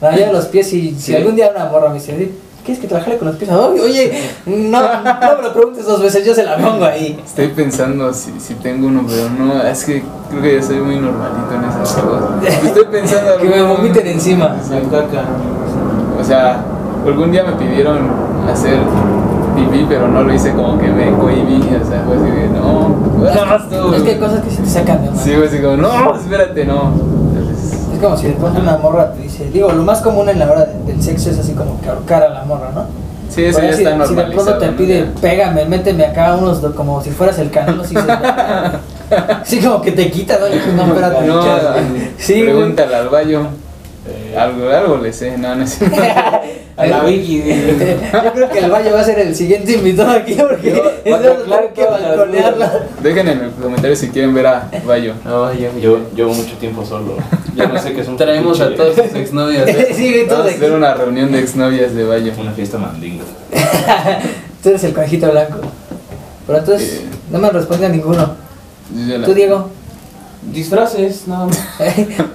A: No, yo de los pies, si, si
B: Sí.
A: algún día una morra me dice, "Oye, ¿quieres que trabajara con los pies? Oye, oye,
B: [LAUGHS]
A: no, no me lo preguntes dos veces, yo se la pongo ahí.
B: Estoy pensando si, si tengo uno, pero no. Es que creo que yo soy muy normalito en esas cosas. Estoy
A: [LAUGHS]
B: pensando.
A: Que me
B: algún-
A: vomiten encima.
C: La caca.
B: O sea, algún día me pidieron hacer pipí, pero no lo hice como que me cohibí. O sea, fue así de no. no,
A: Es que hay cosas que sí te sacan de onda.
B: Sí, fue así como, no, espérate, no. Entonces,
A: Es como si de pronto una morra te dice, digo, lo más común en la hora de- del sexo es así como que ahorcar a la morra, ¿no?
B: sí, eso
A: Pero
B: ya
A: si,
B: está
A: si de
B: normalizado.
A: pronto te
B: ¿no?
A: pide,
B: Ya.
A: pégame, méteme acá unos, do- como si fueras el canelo, sí,
B: [LAUGHS]
A: se- sí como que te quita, ¿no? Y dices, no, espérate.
B: No,
A: [LAUGHS] Sí, güey.
B: pregúntale al bayo. Eh, Algo, algo le sé, no,
A: [LAUGHS]
B: no sé.
C: A la Vicky, güey.
A: Yo creo que el Valle va a ser el siguiente invitado aquí porque [LAUGHS]
C: Yo-
A: es
C: Valle,
A: claro que
C: claro, todas las
A: balconearla.
C: dudas.
B: Dejen en el comentario si quieren ver a Bayo.
C: No, yo,
D: Yo llevo mucho tiempo solo. Yo no sé qué es un
C: Traemos a
D: fetiche.
C: todos sus exnovias. ¿eh? [LAUGHS]
A: [LAUGHS]
C: güey.
A: sí, güey, tú,
B: Vamos a
A: de
B: hacer
A: aquí.
B: una reunión de exnovias de Bayo.
D: Una fiesta mandinga.
A: tú eres el conejito blanco. Pero entonces
B: Eh.
A: no me responde a ninguno.
B: Yo ya la-
A: Tú, Diego. [LAUGHS]
C: Disfraces, nada más.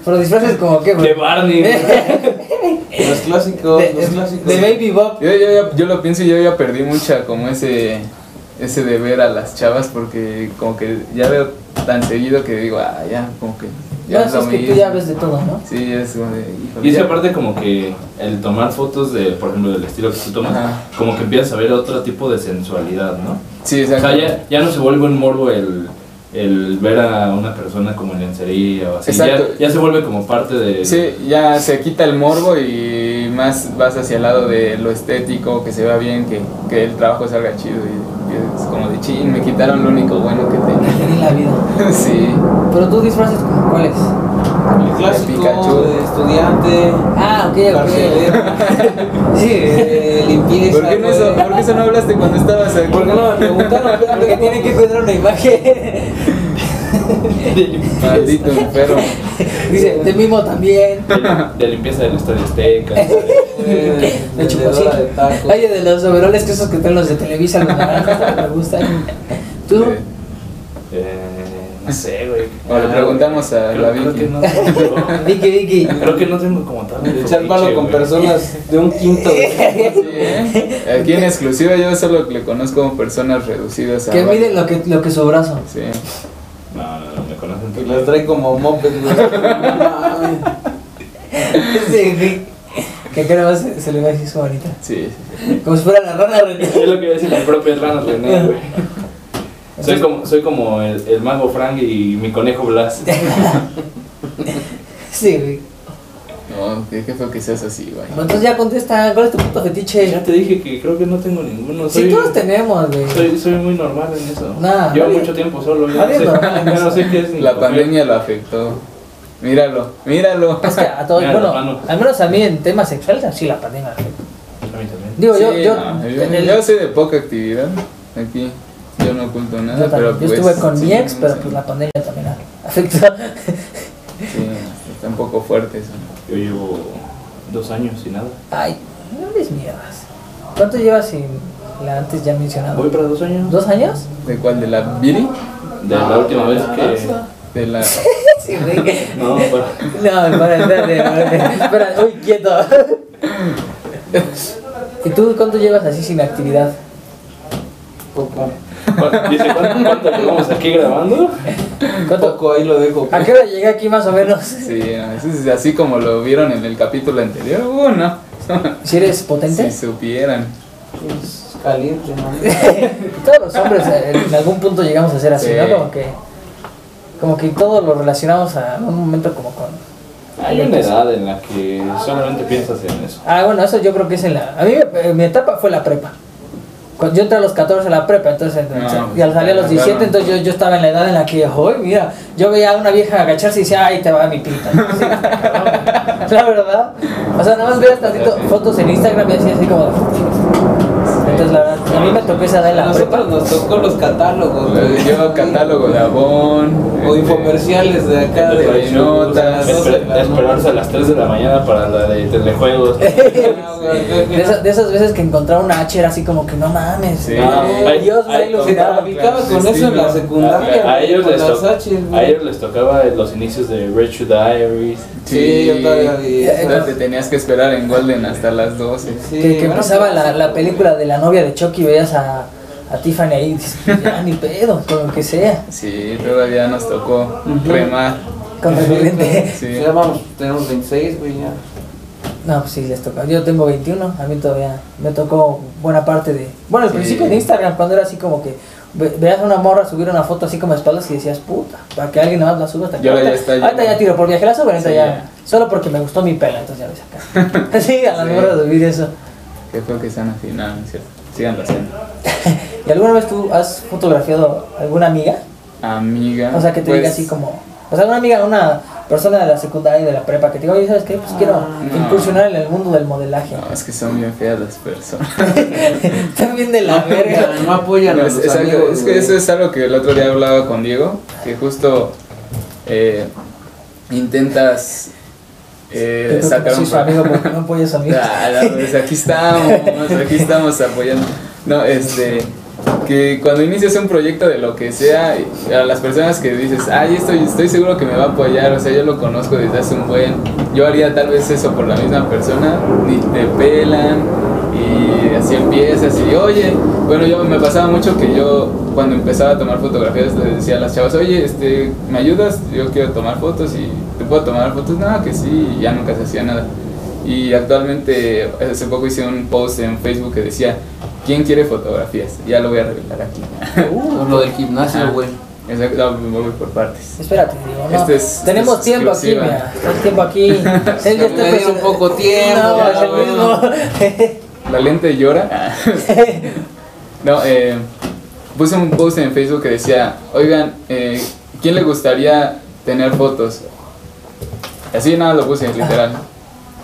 A: Pero disfraces como qué, güey.
C: [LAUGHS]
D: De Barney.
C: Los clásicos,
A: De-
C: los clásicos.
A: de Baby Bob.
B: Yo, yo, ya- yo lo pienso y yo ya perdí mucha como ese ese deber a las chavas porque como que ya veo tan seguido que digo, ah, ya, como que...
A: Ya
B: es lo
A: sabes que tú
B: mismo".
A: ya ves de todo, ¿no?
B: Sí, es como de... híjole,
D: Y es que
B: ya.
D: aparte como que el tomar fotos de, por ejemplo, del estilo que tú tomas,
B: Ajá.
D: como que empiezas a ver otro tipo de sensualidad, ¿no?
B: Sí,
D: O sea,
B: exacto.
D: ya, ya no se vuelve un morbo el, el ver a una persona como en lencería o así. Ya,
B: Exacto.
D: ya se vuelve como parte de...
B: Sí, ya se quita el morbo y más vas hacia el lado de lo estético, que se vea bien, que, que el trabajo salga chido y, y es como de chin, me quitaron lo único bueno que
A: Que
B: tenía.
A: tenía en la vida.
B: [LAUGHS] sí.
A: Pero tú disfraces como cuáles.
C: El clásico
B: Pikachu.
C: de estudiante.
A: Ah, ok, ok.
C: Carcelero.
A: [LAUGHS] Sí, eh,
C: eh, limpieza. pues,
B: ¿Por qué, no eso,
C: güey.
B: ¿Por qué eso no hablaste cuando estabas aquí?
A: ¿Por qué no me preguntaron? [LAUGHS] Porque tienen que encontrar una imagen. [LAUGHS]
B: Maldito enfermo.
A: Dice, te mimo también.
D: De limpieza del
B: [LAUGHS]
D: Estadio Azteca.
C: Eh,
A: Me chupó
C: vendedora de tacos.
A: Oye, de los overoles que esos que traen los de Televisa, los naranjas, [LAUGHS] me gustan. ¿Tú?
B: Eh,
D: Eh, no sé, güey. Ah,
B: O le preguntamos a
D: Creo-
B: la
D: creo
B: Vicky.
D: que
B: [LAUGHS]
D: no tengo-
A: Vicky, Vicky.
D: Creo que no tengo como tal. un
C: Echar palo
D: fetiche,
C: con
D: güey.
C: personas de un quinto. güey.
B: Sí,
A: [LAUGHS]
B: ¿eh? Aquí en exclusiva yo solo le conozco como personas reducidas a.
A: Que miden lo que, lo que su brazo.
B: [LAUGHS] Sí.
D: No, no, no, me conocen
C: Y Pues, las trae como moped, güey. Ay,
A: Sí, sí. Que creo que se, se le va a decir su bonita.
B: Sí.
A: Como si fuera la rana René.
D: [LAUGHS] Es lo que iba a decir, mi propia rana René, güey. Soy como, soy como el, el mago Frank y mi conejo
A: [LAUGHS]
D: Blas.
A: Sí, güey.
B: No, qué, qué feo que seas así, güey.
A: Bueno, entonces ya contesta, ¿cuál es tu puto
D: Ya
A: fetiche?
D: te dije que creo que no tengo ninguno. Soy,
A: Sí, todos tenemos, güey.
D: soy, soy muy normal en eso.
A: Nah,
D: Llevo
A: nadie-
D: mucho tiempo solo. Yo no,
A: nadie
D: sé,
A: es normal
D: [LAUGHS]
A: en
D: yo no
A: eso.
D: sé qué es ni
B: La
D: coger.
B: pandemia lo afectó. Míralo, míralo.
A: Es que a todos,
D: Mira,
A: bueno,
D: hermano.
A: al menos a mí en temas sexuales, sí la pandemia.
D: A mí también.
A: Digo, yo,
B: Sí,
A: yo,
B: no,
A: en el-
B: yo soy de poca actividad aquí. Yo no oculto
A: yo
B: nada,
A: también.
B: pero
A: Yo
B: pues,
A: estuve con
B: sí,
A: mi ex,
B: no
A: pero
B: sé.
A: pues la pandemia también afectó.
B: Sí, está un poco fuerte eso.
D: Yo llevo dos años sin nada.
A: Ay, no les mierdas. ¿Cuánto llevas sin la antes ya mencionada?
D: Voy para dos años.
A: ¿Dos años?
B: ¿De cuál? ¿De la Viri?
D: De la última vez que.
B: De la...
A: Sí, güey.
D: No,
A: [LAUGHS]
D: para.
A: No, para, espérate, espérate. Espera, uy, quieto. [LAUGHS] ¿Y tú cuánto llevas así sin actividad?
C: Poco.
D: ¿Cu- [LAUGHS] Dice, ¿cuánto, cuánto llevamos aquí grabando?
A: ¿Cuánto? Ah.
C: Poco, ahí lo dejo.
A: ¿A qué hora llegué aquí más o menos?
B: Sí, no, eso es así como lo vieron en el capítulo anterior. Uh, no.
A: Si eres potente,
B: Si supieran.
C: Pues, Caliente, ¿no?
A: [LAUGHS] todos los hombres eh, en algún punto llegamos a ser así,
B: Sí.
A: ¿no? Como que, como que todo lo relacionamos a un momento como con...
D: Hay una edad en la que solamente piensas en eso.
A: Ah, bueno, eso yo creo que es en la... A mí eh, mi etapa fue la prepa. Cuando yo entré a los 14 a la prepa, entonces,
B: No,
A: y al salir a los 17,
B: Ah, claro.
A: entonces yo, yo estaba en la edad en la que, hoy mira, yo veía a una vieja agacharse y decía, ay, te va mi
B: [LAUGHS]
A: pita. Sí, cabrón. la verdad. O sea, nada más veas tantito fotos en Instagram y así, así como... Entonces, la verdad, a mí me tocó esa edad en
C: A
A: la prepa.
C: nosotros nos tocó los catálogos, güey.
B: Yo catálogo de Avon.
C: O
B: este,
C: infomerciales de acá,
B: de
C: de
B: notas.
D: Esper- Esperarse a las 3 de la mañana para la de telejuegos.
A: De esas, de esas veces que encontraba una H así como que no mames.
B: Sí.
A: no,
D: Ay,
A: Dios me
D: ay,
C: Se
A: iluminaba.
C: traficaba con eso en la secundaria.
D: A ellos,
C: con
D: les
C: las
D: to-
C: H's,
D: a
C: güey.
D: ellos les tocaba los inicios de Red Shoe Diaries.
C: Sí, yo todavía vi
A: eso.
B: Te tenías eh, que esperar en Golden hasta las 12.
C: Sí,
A: Que, que
C: bueno,
A: empezaba la,
C: pues,
A: la película de la novia de Chucky y veías a, a Tiffany ahí y dices, "Pues, ya ni pedo, con lo que sea,
B: Sí, todavía nos tocó remar.
A: con referente. [LAUGHS]
B: Sí.
C: Ya vamos, tenemos 26, güey, ya.
A: No, pues sí, les tocó. Yo tengo 21, a mí todavía me tocó buena parte de... Bueno, al
B: Sí.
A: principio de Instagram, cuando era así como que ve- veías a una morra subir una foto así como de espaldas y decías, puta, para que alguien más la suba hasta
B: Y
A: que...
B: ahora ya
A: Ahorita
B: está
A: ahorita
B: lleno.
A: ya tiro, por viaje la suben, ahorita
B: Sí,
A: ya.
B: ya.
A: Solo porque me gustó mi pela, entonces ya ves
B: [LAUGHS]
A: acá. [LAUGHS] sí, a las
B: Sí.
A: morras subir eso. [LAUGHS]
B: Qué feo que sean así, nada, no es cierto. Síganlo haciendo.
A: ¿Y alguna vez tú has fotografiado alguna amiga?
B: Amiga.
A: O sea, que te
B: pues,
A: diga así como... O sea, una amiga, una persona de la secundaria y de la prepa que te diga, oye, ¿sabes qué? Pues quiero
B: no.
A: incursionar en el mundo del modelaje.
B: No, es que son bien feas las personas.
A: [LAUGHS] También de
C: [LAUGHS]
A: la Ah, verga.
C: No apoyan a
B: Es,
C: los
B: es algo-
C: amigos,
B: es que
C: güey.
B: eso es algo que el otro día hablaba con Diego, que justo eh, intentas
A: Yo
B: eh,
A: creo que
B: sacar
A: no soy
B: un
A: su
B: [LAUGHS]
A: amigo porque no apoya a su amigo.
B: Ah, no, pues aquí estamos, aquí estamos apoyando. No, este, que cuando inicias un proyecto de lo que sea, y a las personas que dices, ay, estoy, estoy seguro que me va a apoyar, o sea, yo lo conozco desde hace un buen, yo haría tal vez eso por la misma persona, ni te pelan, y así empiezas, y oye, bueno, yo me pasaba mucho que yo cuando empezaba a tomar fotografías le decía a las chavas, oye, este, ¿me ayudas? Yo quiero tomar fotos y te puedo tomar fotos, no, que sí, y ya nunca se hacía nada. Y actualmente, hace poco hice un post en Facebook que decía, ¿quién quiere fotografías? Ya lo voy a revelar aquí.
C: Uh, Lo del gimnasio,
B: Ajá.
C: güey.
B: Exacto, no, me voy por partes.
A: Espérate, digo, no.
B: Este es-
A: Tenemos
B: este es
A: tiempo aquí,
B: exclusiva.
A: mira. Tenemos tiempo aquí. Él ya
C: me dieron
A: pensando-
C: poco tiempo,
A: No,
C: ya,
A: es el
C: bueno.
A: mismo. [LAUGHS]
B: La lente llora. no, eh, puse un post en Facebook que decía, oigan, eh, ¿quién le gustaría tener fotos? Así nada lo puse, literal.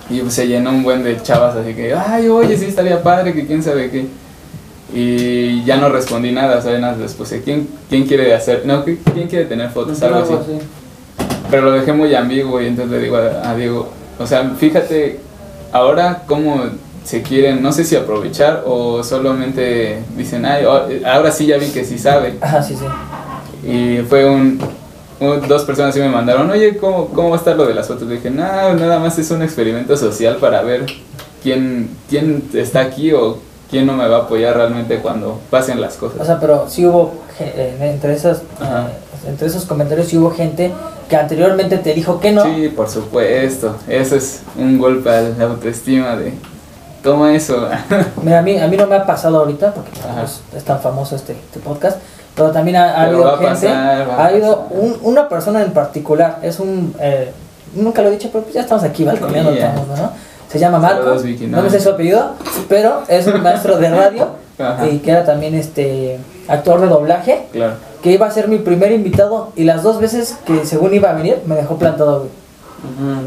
B: Y pues, se llenó un buen de chavas, así que, ay, oye, sí estaría padre, que quién sabe qué. Y ya no respondí nada, o sea, nada, les puse, ¿quién, ¿quién quiere hacer? No, ¿qui- ¿quién quiere tener fotos? Pues Algo así. Pero lo dejé muy ambiguo y entonces le digo a, a Diego, o sea, fíjate ahora cómo se quieren, no sé si aprovechar o solamente dicen, ay, o- ahora sí ya vi que sí sabe.
A: Ajá, Ah, sí, sí.
B: Y fue un, un- dos personas que me mandaron, oye, ¿cómo, ¿cómo va a estar lo de las fotos? Le dije, no, nada más es un experimento social para ver quién, quién está aquí o quién no me va a apoyar realmente cuando pasen las
A: O
B: cosas.
A: sea, pero sí hubo, ge- eh, entre, esas,
B: Ajá.
A: eh, entre esos comentarios sí hubo gente que anteriormente te dijo que no.
B: Sí, por supuesto, eso es un golpe a la autoestima de, toma eso. [LAUGHS]
A: Mira, a mí, a mí no me ha pasado ahorita, porque
B: Ajá.
A: pues, es tan famoso este, este podcast, pero también ha, ha
B: Pero
A: habido
B: va a
A: gente,
B: pasar, va a
A: ha habido
B: pasar.
A: un- una persona en particular, es un, eh, nunca lo he dicho, pero pues ya estamos aquí balconeando,
B: Sí, ya.
A: estamos, ¿no? Se llama Marco,
B: Saludos, Vicky,
A: no
B: no.
A: me sé su apellido, pero es un maestro de radio
B: [LAUGHS] Ajá.
A: y que era también este actor de doblaje,
B: Claro.
A: que iba a ser mi primer invitado y las dos veces que según iba a venir me dejó plantado, güey.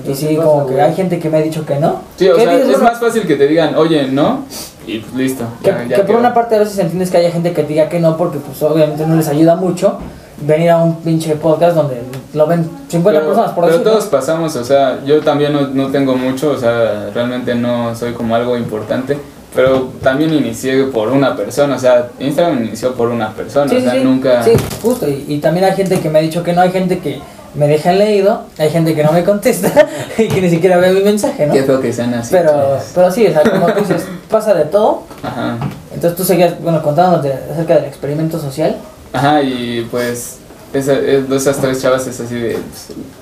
A: Y sí, como que hay gente que me ha dicho que no.
B: Sí, o
A: ¿Qué
B: sea,
A: dices,
B: es
A: bueno,
B: más fácil que te digan, oye, no, y pues listo.
A: Que,
B: ya- ya
A: que por
B: quedó.
A: una parte a veces entiendes que haya gente que diga que no, porque pues obviamente no les ayuda mucho venir a un pinche podcast donde lo ven 50
B: pero,
A: personas por
B: pero
A: decir, ¿no?
B: todos pasamos, o sea, yo también no, no tengo mucho, o sea, realmente no soy como algo importante, pero también inicié por una persona, o sea, Instagram inició por una persona,
A: Sí,
B: o
A: sí,
B: sea,
A: sí.
B: nunca...
A: Sí, justo. Y, y también hay gente que me ha dicho que no, hay gente que me deja en leído, hay gente que no me contesta [LAUGHS] y que ni siquiera ve mi mensaje, ¿no?
B: Qué feo que sean así.
A: Pero,
B: chavos.
A: pero sí, o sea, como tú dices, pasa de todo.
B: Ajá.
A: Entonces tú seguías, bueno, contándonos de- acerca del experimento social.
B: Ajá, y pues esa, es- de esas tres chavas es así de...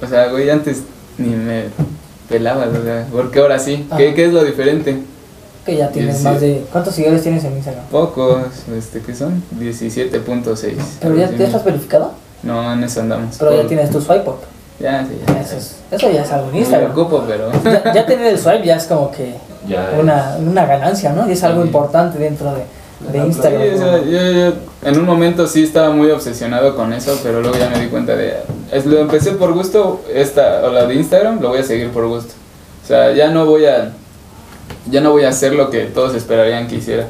B: pues, o sea, güey, antes ni me pelabas, o sea, porque ahora sí?
A: Ajá.
B: ¿Qué, ¿Qué es lo diferente?
A: Que ya tienes
B: Sí, sí.
A: más de... ¿Cuántos seguidores tienes en Instagram?
B: Pocos, este, ¿qué son? 17.6.
A: Pero ya, ya estás verificado,
B: No, en eso andamos.
A: pero ya
B: Por-
A: tienes tu swipe up.
B: Ya, sí, ya.
A: Eso, es- eso ya es algo en
B: Me
A: Instagram.
B: ocupo, pero.
A: ya, ya tener el swipe ya es como que
D: Ya
A: una, una ganancia, ¿no? Y es algo
B: Sí.
A: importante dentro de, de
C: Sí,
B: Sí, o sea,
A: Instagram.
B: yo, yo en un momento sí estaba muy obsesionado con eso, pero luego ya me di cuenta de. es- lo empecé por gusto, esta, o la de Instagram, lo voy a seguir por gusto. O sea, ya no voy a. Ya no voy a hacer lo que todos esperarían que hiciera.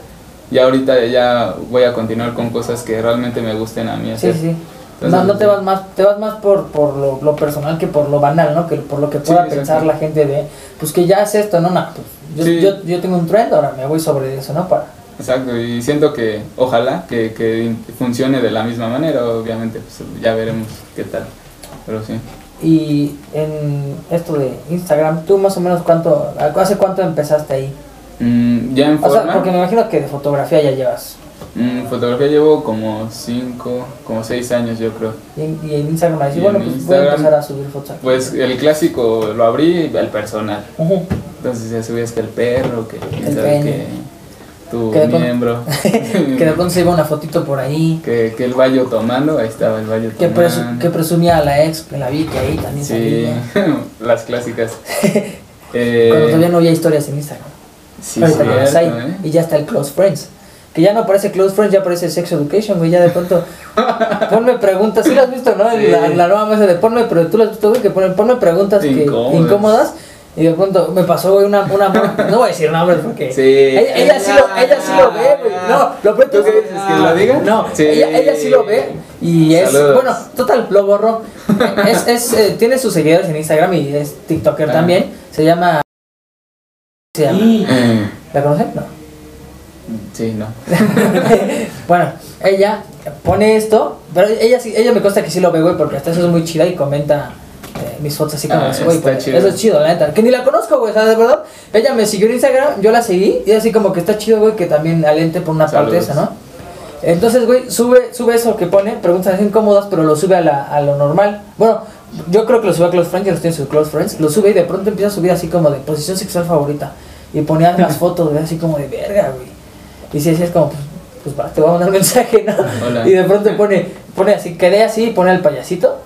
B: Ya ahorita ya voy a continuar con cosas que realmente me gusten a mí
A: Sí,
B: hacer.
A: sí.
B: Entonces,
A: No, no te vas más, te vas más por, por lo, lo personal que por lo banal, ¿no? Que por lo que
B: Sí,
A: pueda
B: exacto.
A: pensar la gente de, pues que ya hace esto, no, no, pues, yo,
B: Sí.
A: yo, yo tengo un trend, ahora me voy sobre eso, ¿no? Para,
B: Exacto, y siento que ojalá que, que funcione de la misma manera, obviamente, pues ya veremos qué tal. Pero sí.
A: y en esto de Instagram, ¿tú más o menos cuánto, hace cuánto empezaste ahí?
B: Mm, ya en
A: O
B: forma,
A: sea, porque me imagino que de fotografía ya llevas.
B: mm, fotografía llevo como 5, como 6 años yo creo.
A: Y en, y en Instagram, así,
B: Y en
A: bueno, pues voy a
B: Instagram,
A: empezar a subir fotos. aquí.
B: Pues eh, el clásico lo abrí el personal.
A: Ujú.
B: Entonces ya subías que el perro, que, quién
A: El
B: sabe
A: pene.
B: qué, tu
A: Que de pronto- [LAUGHS]
B: miembro,
A: Que de pronto se iba una fotito por ahí.
B: [LAUGHS] que, que el baño tomando, ahí estaba el baño
A: Que, presu-
B: tomando.
A: que presumía a la ex, que la vi que ahí también
B: Sí,
A: salía.
B: [LAUGHS] las
A: [LAUGHS]
B: clásicas.
A: Cuando
B: Eh,
A: todavía no había historias en Instagram.
B: sí,
A: Ahorita ya las hay.
B: cierto, ¿eh?
A: Y ya está el Close Friends. Que ya no aparece Close Friends, ya aparece Sex Education, güey. Ya de
B: [LAUGHS]
A: pronto. ponme preguntas. Sí, lo has visto, ¿no? En
B: Sí.
A: La, en la nueva mesa de ponme, pero tú lo has visto, güey. Que ponen, ponme preguntas que- incómodas.
B: Incómodas.
A: Y de pronto me pasó, güey, una, una. morra- No voy a decir nombres porque.
B: Sí.
A: Ella, ella sí lo, ella sí lo ve, güey. No, lo peor
B: ¿Tú
A: es
B: qué dices? ¿Que lo diga?
A: Ah, No,
B: Sí.
A: Ella, ella sí lo ve y es.
B: Saludos.
A: Bueno, total, lo borró. es, es, eh, tiene sus seguidores en Instagram y es TikToker
B: Ah.
A: también. Se llama. se llama-
B: Eh,
A: ¿La conocen? No.
B: [LAUGHS]
A: [LAUGHS]
B: Sí, no.
A: bueno, ella pone esto, pero ella sí, ella me consta que sí lo ve, güey, porque hasta eso es muy chida y comenta eh, mis fotos así como
B: Ah,
A: así, güey.
B: está
A: porque
B: chido.
A: Eso es chido, la neta. Que ni la conozco, güey, o sea, de verdad. Ella me siguió en Instagram, yo la seguí y así como que está chido, güey, que también alente por una parte
B: Saludos.
A: esa, ¿no? Entonces, güey, sube, sube eso que pone, preguntas incómodas, pero lo sube a, la, a lo normal. Bueno, yo creo que lo sube a Close Friends, ya lo tiene en sus Close Friends. Lo sube y de pronto empieza a subir así como de posición sexual favorita. Y ponía
B: [LAUGHS]
A: las fotos, güey, así como de verga, güey. Y si así es como, pues, pues va, te voy a mandar [LAUGHS] un mensaje, ¿no?
B: Hola.
A: Y de pronto pone, pone así, quedé así y pone al payasito.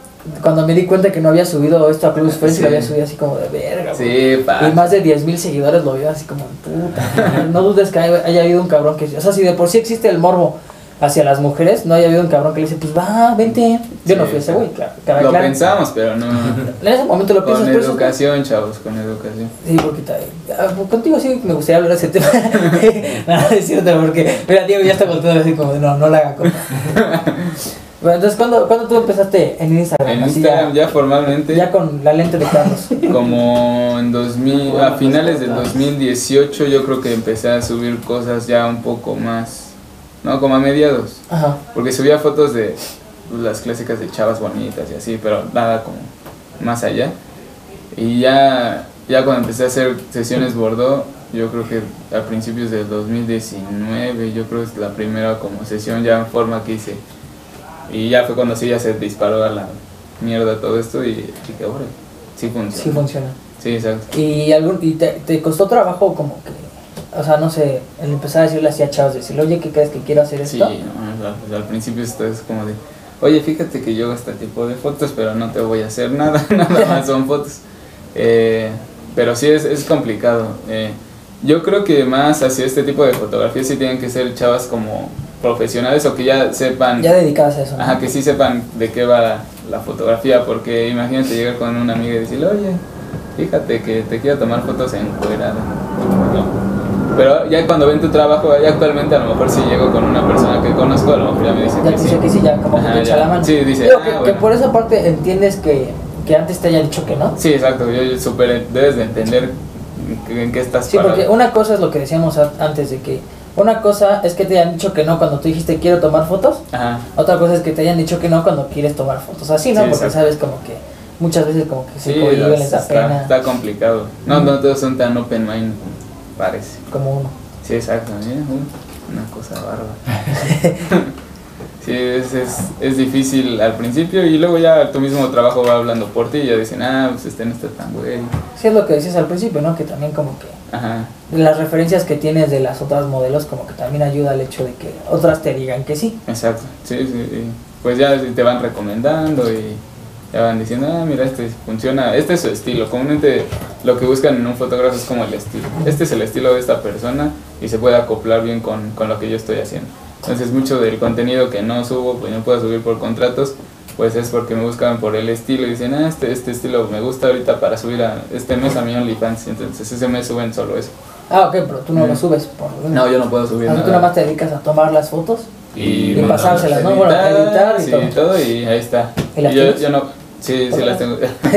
A: Cuando me di cuenta que no había subido esto a Close Friends,
B: Sí.
A: lo había subido así como de verga, güey.
B: Sí, pa.
A: Y más de 10.000 seguidores lo vio así como, puta. No dudes que haya haya habido un cabrón que... O sea, si de por sí existe el morbo hacia las mujeres, no haya habido un cabrón que le dice, pues va, vente. Yo no
B: Sí,
A: fui ese
B: claro.
A: güey, claro. claro,
B: lo
A: claro.
B: pensamos, pero no.
A: [LAUGHS] En ese momento lo
B: con
A: piensas, pero eso-
B: educación, chavos, con educación.
A: Sí, porque ta- ah, contigo sí me gustaría hablar de ese tema. [LAUGHS] Nada, es cierto, porque. Mira, Diego ya está volteando así como, no, no la haga
B: [LAUGHS]
A: compa. bueno, entonces, ¿cuándo, ¿cuándo tú empezaste en Instagram?
B: En
A: Así
B: Instagram ya formalmente.
A: ya, ya con la lente de
B: [LAUGHS]
A: Carlos.
B: Como en 2000, a finales del 2018 yo creo que empecé a subir cosas ya un poco más, no, como a mediados,
A: Ajá.
B: porque subía fotos de las clásicas de chavas bonitas y así, pero nada como más allá. Y ya, ya cuando empecé a hacer sesiones Bordeaux, yo creo que a principios del 2019, yo creo que es la primera como sesión ya en forma que hice. Y ya fue cuando sí ya se disparó a la mierda todo esto y, y que ahora sí funciona.
A: Sí funciona.
B: Sí, exacto.
A: ¿Y, algún, y te, te costó trabajo como que.? O sea, no sé, el empezar a decirle así a chavos, decirle, oye, ¿qué crees que quiero hacer
B: Sí,
A: esto?
B: no, al, al principio esto es como de, oye, fíjate que yo hago este tipo de fotos, pero no te voy a hacer nada, [LAUGHS] nada más son fotos. Eh, pero sí es, es complicado. Eh, yo creo que más hacia este tipo de fotografías sí tienen que ser chavas como profesionales o que ya sepan,
A: Ya dedicadas a eso. ¿no?
B: ajá, que sí sepan de qué va la, la fotografía, porque imagínate llegar con una amiga y decirle, oye, fíjate que te quiero tomar fotos encuerada. No. Pero ya cuando ven tu trabajo, ya actualmente a lo mejor si llego con una persona que conozco, a lo mejor ya me dicen
A: Ya
B: que
A: te
B: sí.
A: dice que sí, ya como que
B: Ajá,
A: te echa
B: ya.
A: la mano.
B: Sí, dice,
A: Digo,
B: "Ah,
A: que, que
B: bueno".
A: por esa parte entiendes que, que antes te haya dicho que no.
B: Sí, exacto, yo, yo súper debes de entender en qué- en qué estás
A: Sí,
B: parado.
A: porque una cosa es lo que decíamos a- antes de que una cosa es que te hayan dicho que no cuando tú dijiste quiero tomar fotos,
B: Ajá,
A: otra cosa es que te hayan dicho que no cuando quieres tomar fotos. Así, ¿no?
B: Sí,
A: Porque
B: exacto.
A: sabes como que muchas veces como que se
B: sí,
A: cohiben,
B: las-
A: les da
B: está,
A: pena,
B: está complicado. No, no todos son tan open mind, parece.
A: como uno.
B: Sí, exacto, mira, uh, una cosa bárbara. sí, es, es, es difícil al principio y luego ya tu mismo trabajo va hablando por ti y ya dicen, ah, pues este no está tan güey.
A: Sí, es lo que decías al principio, ¿no? Que también como que
B: Ajá,
A: las referencias que tienes de las otras modelos como que también ayuda al hecho de que otras te digan que sí.
B: exacto. Sí, sí, sí. Pues ya te van recomendando y ya van diciendo, ah, mira, este funciona, este es su estilo. Comúnmente lo que buscan en un fotógrafo es como el estilo. Este es el estilo de esta persona y se puede acoplar bien con, con lo que yo estoy haciendo. Entonces mucho del contenido que no subo, pues no puedo subir por contratos, pues es porque me buscan por el estilo y dicen, ah, este, este estilo me gusta ahorita para subir a este mes a mi OnlyFans. Entonces ese mes suben solo eso.
A: Ah, ok, pero tú no
B: Mm.
A: lo subes. Por...
B: No, yo no puedo subir
A: Así
B: nada.
A: tú nada más te dedicas a tomar las fotos
D: Y,
A: Y pasárselas, ¿no? Bueno, editar y
B: sí,
A: todo.
B: y ahí está.
A: ¿Y las
B: yo,
A: tienes?
B: yo no, sí, sí las tengo.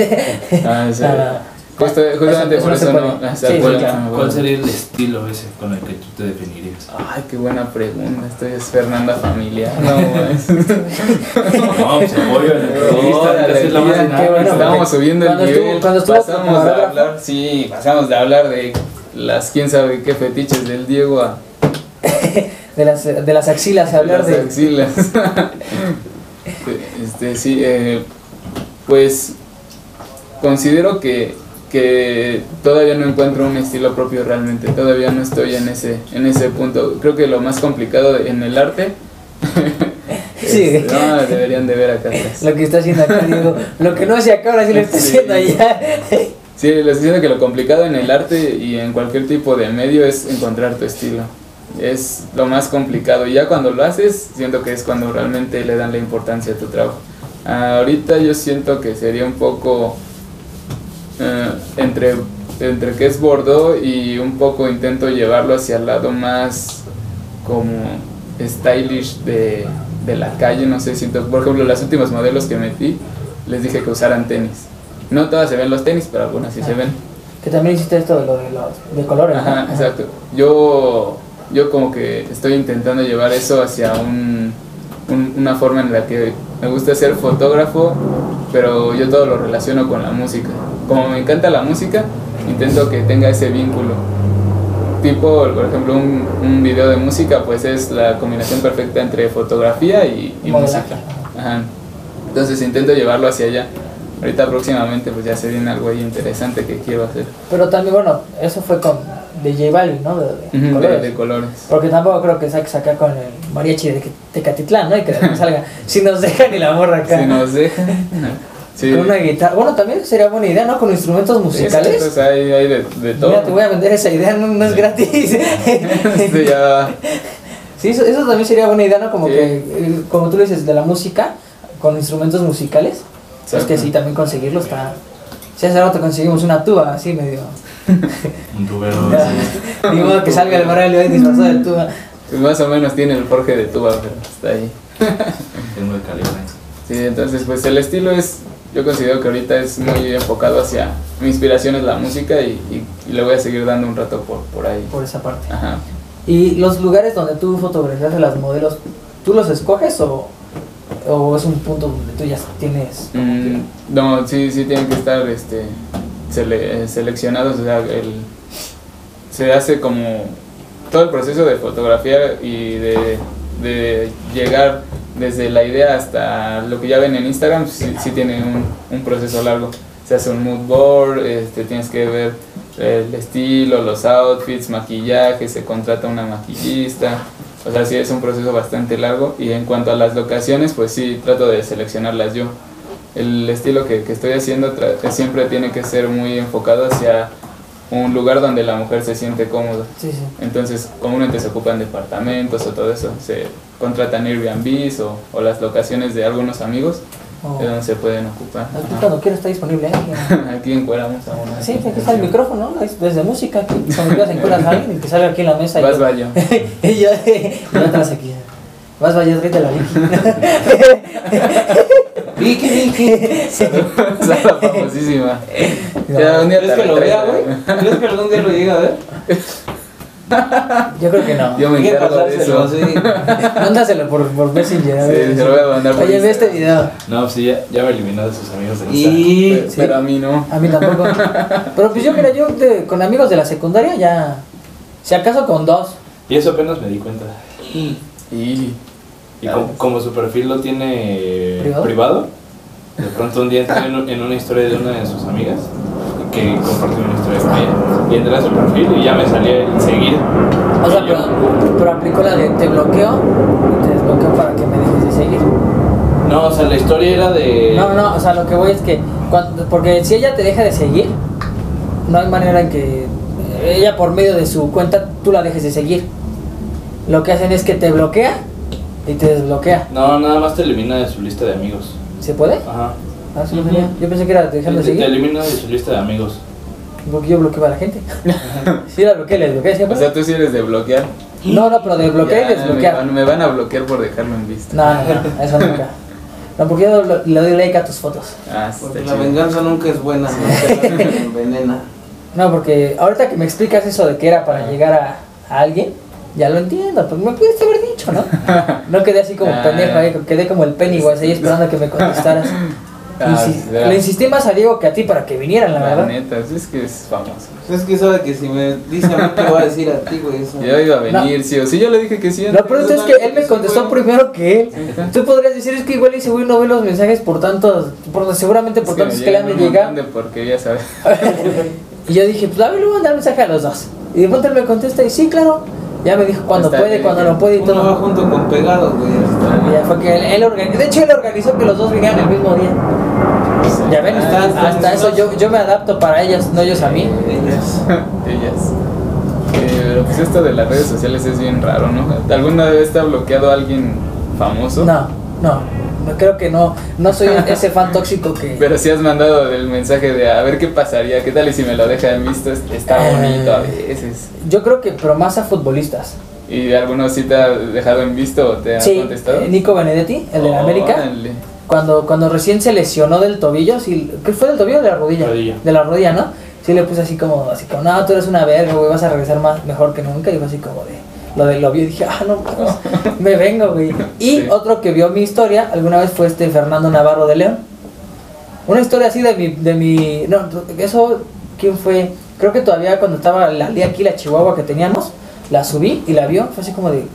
A: [LAUGHS]
B: Ah, sí.
A: Nada.
B: Justo- justamente
A: Eso-
B: por
A: eso
B: eso
A: no se
B: no.
A: puede.
B: ah,
A: Sí,
B: se
A: sí,
B: acuerdan,
A: claro.
B: ah, bueno.
D: ¿Cuál sería el estilo ese con el que tú te definirías? [LAUGHS]
B: Ay, qué buena pregunta. Esto ya es Fernanda
A: [LAUGHS]
B: familiar. No, es.
D: No, pues
B: [LAUGHS]
D: apoyo en la entrevista,
B: Órale,
D: esa es la más
B: mira,
D: dinámica.
A: qué bueno,
B: Estábamos
A: porque
B: subiendo el
A: cuando estuvo-
B: nivel.
A: cuando estuvo como
B: pasamos de
A: fotógrafo.
B: hablar, sí, pasamos de hablar de las quién sabe qué fetiches del Diego a
A: de las, de las axilas, hablar
B: las
A: de... [LAUGHS]
B: axilas. este, sí, eh, pues considero que, que todavía no encuentro un estilo propio realmente, todavía no estoy en ese, en ese punto. Creo que lo más complicado en el arte...
A: [LAUGHS] Sí.
B: es- no, deberían de ver acá atrás.
A: Lo que está haciendo acá,
B: [LAUGHS]
A: digo, lo que no se acaba, ahora sí lo está
B: Sí.
A: haciendo allá. [LAUGHS]
B: Sí, les estoy diciendo que lo complicado en el arte y en cualquier tipo de medio es encontrar tu estilo. Es lo más complicado. Y ya cuando lo haces, siento que es cuando realmente le dan la importancia a tu trabajo. Ah, Ahorita yo siento que sería un poco eh, entre, entre que es Bordeaux y un poco intento llevarlo hacia el lado más como stylish de, de la calle, no sé, siento, por ejemplo, las últimas modelos que metí, les dije que usaran tenis. No todas se ven los tenis, pero algunas sí se ven.
A: Que también hiciste esto de lo de, los, de colores, ¿no?
B: Ajá, exacto. Yo, yo como que estoy intentando llevar eso hacia un, un- una forma en la que me gusta ser fotógrafo, pero yo todo lo relaciono con la música. Como me encanta la música, intento que tenga ese vínculo. Tipo, por ejemplo, un, un video de música, pues es la combinación perfecta entre fotografía y, y
A: Modelaje.
B: música. Ajá. Entonces intento llevarlo hacia allá. Ahorita próximamente pues ya se viene algo ahí interesante que quiero hacer.
A: Pero también, bueno, eso fue con de J Balvin, ¿no? De, de
B: Ujú, de-
A: colores.
B: de colores.
A: Porque tampoco creo que saques acá con el mariachi de Tecatitlán, ¿no? Y que
B: [LAUGHS]
A: después salga, si nos dejan y la morra acá.
B: Si nos dejan. Sí.
A: Con una guitarra. Bueno, también sería buena idea, ¿no? Con instrumentos
B: Sí,
A: musicales.
B: pues, hay, hay de, de todo. [LAUGHS]
A: Mira, te voy a vender esa idea, no, no es gratis.
B: Este ya
A: Sí, eso, eso también sería buena idea, ¿no? Como
B: Sí.
A: que, eh, como tú lo dices, de la música, con instrumentos musicales. pues Es que sí, también conseguirlo está... Si hace rato conseguimos una tuba, así medio...
D: Un tubero.
A: [LAUGHS] Ni modo que salga el Morelio ahí disfrazado de tuba.
B: Pues más o menos tiene el forje de tuba, pero está ahí.
D: Tengo el calibre.
B: Sí, entonces pues el estilo es, yo considero que ahorita es muy enfocado hacia, mi inspiración es la música y, y- y le voy a seguir dando un rato por, por ahí.
A: Por esa parte.
B: Ajá.
A: ¿Y los lugares donde tú fotografías a las modelos, tú los escoges o, o es un punto donde tú ya tienes...
B: Mm, no, sí, sí tienen que estar este, sele- eh, seleccionados, o sea, el, se hace como todo el proceso de fotografiar y de, de llegar desde la idea hasta lo que ya ven en Instagram, sí, sí tiene un, un proceso largo. Se hace un mood board, este, tienes que ver el estilo, los outfits, maquillaje, se contrata una maquillista. O sea, sí es un proceso bastante largo. Y en cuanto a las locaciones, pues sí, trato de seleccionarlas yo el estilo que, que estoy haciendo tra- que siempre tiene que ser muy enfocado hacia un lugar donde la mujer se siente cómoda.
A: Sí, sí.
B: Entonces, comúnmente se ocupan departamentos o todo eso. Se contratan Airbnbs o, o las locaciones de algunos amigos
A: O-
B: de donde se pueden ocupar.
A: Aquí
B: Ajá.
A: cuando quieras está disponible. ¿eh?
B: [LAUGHS] Aquí encuadramos a una.
A: Sí, aquí está el micrófono, ¿no? Es Desde música, aquí, cuando quieras encuentras a alguien y que salga aquí en la mesa. y
B: Vas,
A: yo-
B: vaya.
A: y yo, [LAUGHS] yo atrás aquí. Vas, vaya, tráete la Vicky.
B: [LAUGHS]
A: Vicky, Vicky. [LAUGHS]
B: [LAUGHS] Sala famosísima. Ya, un día
C: ¿Crees
B: te
C: que lo vea,
B: retraigo,
C: güey? ¿Crees que algún día lo llega a ver?
A: Yo creo que no.
B: Yo me
C: Hay que
B: encargo de
C: pasárselo
B: eso.
C: así.
B: Sí, [LAUGHS]
A: Mándaselo por, por Messenger. a ver.
B: se lo voy a mandar por
A: Oye, ve este
B: Instagram.
A: video.
D: No, pues, sí, ya, ya había eliminado a sus amigos de Instagram.
C: Y.
B: Pero, pero a mí no.
A: A mí tampoco. Pero pues yo, mira, yo de- con amigos de la secundaria ya. Si acaso con dos.
D: Y eso apenas me di cuenta.
B: Y
D: Y como, como su perfil lo tiene
A: ¿Privado?
D: privado, de pronto un día entré en, un- en una historia de una de sus amigas que compartió una historia con ella. Y entré a su perfil y ya me salía el seguir.
A: O sea,
D: Y
A: pero,
D: yo,
A: pero aplicó la de te bloqueo y te desbloqueo para que me dejes de seguir.
D: No, o sea, la historia era de.
A: No, no, no, o sea, lo que voy es que. cuando- porque si ella te deja de seguir, no hay manera en que. Ella, por medio de su cuenta, tú la dejes de seguir. Lo que hacen es que te bloquea y te desbloquea.
D: No, nada más te elimina de su lista de amigos.
A: ¿Se puede?
D: Ajá.
A: Ah, sí, lo tenía. Yo pensé que era
D: Te,
A: dejarlo de
D: te- te
A: seguir.
D: elimina de su lista de amigos.
A: Porque yo bloqueo a la gente. [LAUGHS] Sí, la bloqueé, la desbloqueé. ¿sí?
B: O sea, tú sí eres de bloquear.
A: No, no, pero de bloquear
B: Ya,
A: y
B: Me
A: desbloquear.
B: van, me van a bloquear por dejarlo en vista.
A: No, no, no, eso nunca. No, porque yo lo- le doy like a tus fotos.
B: Ah, sí,
C: Porque
B: está
C: la
B: chido.
C: venganza nunca es buena,
B: [LAUGHS]
C: nunca te envenena.
A: No, porque ahorita que me explicas eso de que era para
B: Ah.
A: llegar a, a alguien, ya lo entiendo, pues me pudiste haber dicho,
B: [LAUGHS]
A: ¿no? No quedé así como
B: Ah. Este.
A: pendejo, ahí, quedé como el Pennywise ahí esperando que me contestaras.
B: [LAUGHS] Ah,
A: Insi-
B: de la-
A: le insistí más a Diego que a ti para que vinieran, la
B: La
A: verdad.
B: neta, sí, es que es famoso.
C: Pues Es que sabe que si me dice a mí, te va a decir a ti, güey. Eso.
B: Yo iba a venir, sí o sí, yo le dije que sí.
A: Lo peor es que él me contestó primero que él. Tú podrías decir, es que igual ese güey no ve los mensajes por tantos, por, seguramente por tantos que le han de llegar.
B: De porquería, ¿sabes?
A: [LAUGHS] Y yo dije, pues a ver, le voy a mandar mensaje a los dos. Y de pronto él me contesta y sí, claro. Ya me dijo cuando
B: Está
A: puede,
B: bien,
A: cuando no
B: bien.
A: puede y
C: Uno va
A: todo.
C: junto con pegado, güey. hasta-
A: Y ya fue que él, él organizó. De hecho, él organizó que los dos vinieran el mismo día. Ya ven,
C: Ah,
A: hasta, hasta
C: están
A: eso
C: listos.
A: yo, yo me adapto para ellas, no ellos a mí.
C: Ellas.
B: Ellas. Eh, pero pues esto de las redes sociales es bien raro, ¿no? ¿Alguna vez te ha bloqueado alguien famoso?
A: No, no. No creo que no. No
B: [LAUGHS]
A: soy ese fan tóxico que.
B: Pero si has mandado el mensaje de a ver qué pasaría, qué tal y si me lo deja en visto, está bonito a
A: Eh.
B: veces.
A: Yo creo que, pero más a futbolistas.
B: ¿Y alguno sí te ha dejado en visto o te ha
A: Sí,
B: contestado? Oh,
A: eh, Nico Benedetti, el de la América.
B: Órale.
A: Cuando, cuando recién se lesionó del tobillo, sí, ¿qué fue del tobillo o de la rodilla?
D: Rodilla.
A: De la rodilla, ¿no? Sí le puse así como, así como, no, tú eres una verga, güey, vas a regresar más, mejor que nunca. Y fue así como de, lo del lo vio y dije, ah, no, mames, me vengo, güey. Y
B: Sí.
A: otro que vio mi historia alguna vez fue este Fernando Navarro de León. Una historia así de mi, de mi, no, eso, ¿quién fue? Creo que todavía cuando estaba la lía aquí, la chihuahua que teníamos, la subí y la vio, fue así como de,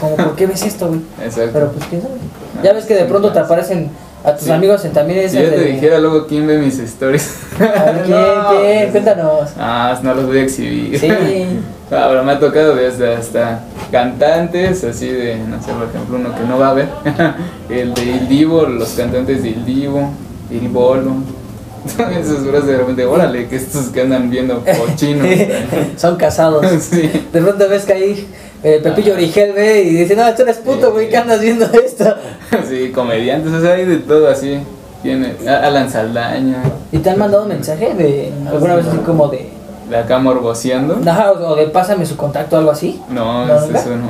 A: como, ¿por qué ves esto, güey?
B: Exacto.
A: Pero pues quién sabe. Ya ves que de pronto te aparecen a tus
B: Sí.
A: amigos en también
B: Si
A: esas
B: yo te
A: de- [LAUGHS]
B: dijera [LAUGHS] luego quién ve mis stories.
A: A ver, ¿quién,
B: [LAUGHS] No. pues,
A: quién? Cuéntanos.
B: [LAUGHS] Ah, no los voy a exhibir. [LAUGHS]
A: Sí.
B: Ah, pero me ha tocado desde hasta cantantes, así de, no sé, por ejemplo, uno que no va a ver. [LAUGHS] El de Il Divo, los cantantes de Il Divo, Il [LAUGHS] Bolo. Esos bros de repente,
A: [LAUGHS]
B: órale, que estos que andan viendo cochinos.
A: Son casados.
B: [LAUGHS] Sí.
A: De pronto ves que ahí eh, Pepillo Origel ve y dice, no, tú eres puto, güey, ¿qué andas viendo esto?
B: [LAUGHS] Sí, comediantes, o sea, hay de todo así. Tiene a- Alan Saldaña,
A: ¿Y te han mandado mensaje de alguna vez así como de,
B: de acá morboseando.
A: ajá, o o de pásame su contacto o algo así?
B: No,
A: ¿No,
B: es-
A: nunca?
B: eso no.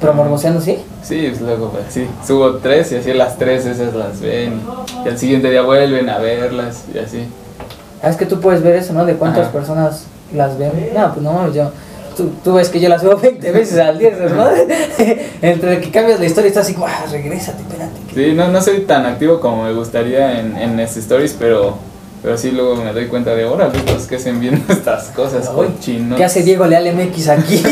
A: Pero morboseando, sí.
B: Sí, es loco, pues, sí. Subo tres y así las tres esas las ven. Y al siguiente día vuelven a verlas y así.
A: Ah, Es que tú puedes ver eso, ¿no? De cuántas
B: Ajá.
A: personas las ven. No, pues no mames, yo. Tú, tú ves que yo las veo 20 veces al día, ¿no? [LAUGHS] Entre que cambias la historia, estás así, ¡guau! Regrésate, espérate. que-".
B: Sí, no, no soy tan activo como me gustaría en, en las stories, pero, pero sí luego me doy cuenta de, órale, pues que se envían [LAUGHS] estas cosas,
A: Ay,
B: cochinos.
A: ¿Qué hace Diego Leal MX aquí?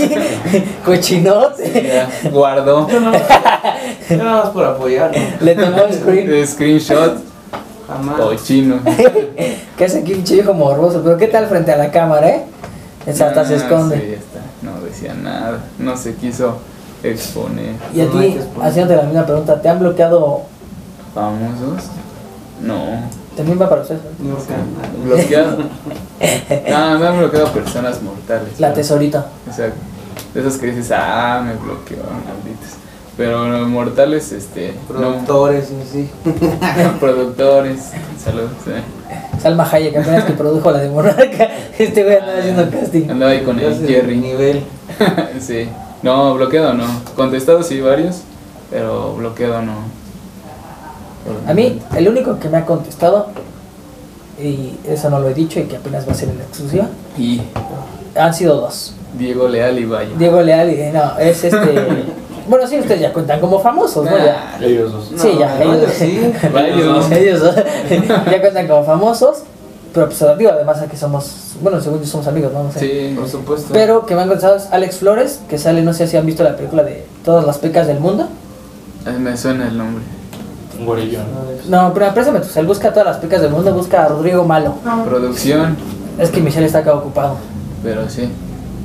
A: [LAUGHS] Cochinote.
B: [LAUGHS]
A: [LAUGHS]
B: Ya, Guardó
C: Yo [LAUGHS] nada más por apoyar, ¿no?
A: Le tomó el screen.
B: el [LAUGHS] screenshot,
C: Jamás.
A: [LAUGHS]
B: cochino.
A: ¿Qué hace aquí un chico morboso? Pero ¿qué tal frente a la cámara, eh? Es hasta se
B: Ah,
A: esconde.
B: sí, ya está. No decía nada, no se quiso exponer.
A: Y a
C: No hay
A: ti,
C: que exponer.
A: haciéndote la misma pregunta, ¿te han bloqueado?
B: ¿Famosos? No.
A: También va para ustedes.
C: Ni un canal.
B: ¿Bloqueado? No, me han bloqueado personas mortales.
A: La
B: ¿no?
A: tesorita.
B: O sea, de esas que dices, ah, me bloqueó, malditos. Pero los mortales, este, no.
C: Productores, y sí.
B: [LAUGHS] productores, saludos. eh.
A: Salma Hayek, apenas que produjo la de Monarca. [LAUGHS] Este güey andaba haciendo casting.
B: Andaba ahí con
C: Ese
B: el [LAUGHS]
C: es
B: Jerry.
C: nivel.
B: sí. No, bloqueado no. Contestado sí varios, pero bloqueado no.
A: A mí, el único que me ha contestado, y eso no lo he dicho y que apenas va a ser en exclusiva,
B: Y
A: han sido dos.
B: Diego Leal y Valle.
A: Diego Leal y no, es este. bueno, sí, ustedes ya cuentan como famosos, ¿no? Ya.
B: Ah,
D: Ellos dos.
A: Sí, ya,
C: No,
A: [LAUGHS] ellos-
C: sí.
B: Varios, ¿no?
A: Ellos dos, ya cuentan como famosos, pero pues digo, además aquí somos, bueno, según yo somos amigos, ¿no? no sé.
B: Sí.
C: Por supuesto.
A: Pero que me han contestado es Alex Flores, que sale, no sé si han visto la película de Todas las pecas del mundo.
B: Ay, Me suena el nombre.
D: Un gorillo.
C: A ver.
A: No, pero préstame tú, él busca todas las pecas del mundo, busca a Rodrigo Malo.
B: Producción,
A: Es que Michelle está acá ocupado.
B: pero sí.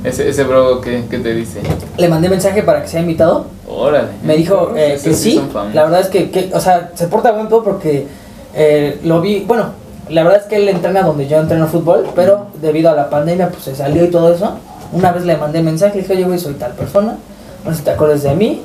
B: Ese, ese bro que, que te dice.
A: Le mandé mensaje para que sea invitado.
B: Órale.
A: Me dijo eh,
B: Esos
A: que sí.
B: son famosos.
A: La verdad es que, que, o sea, se porta buen pedo porque eh, lo vi. Bueno, la verdad es que él entrena donde yo entreno fútbol, pero debido a la pandemia, pues se salió y todo eso. Una vez le mandé mensaje, le dije, oye, güey, soy tal persona. No sé si te acuerdas de mí.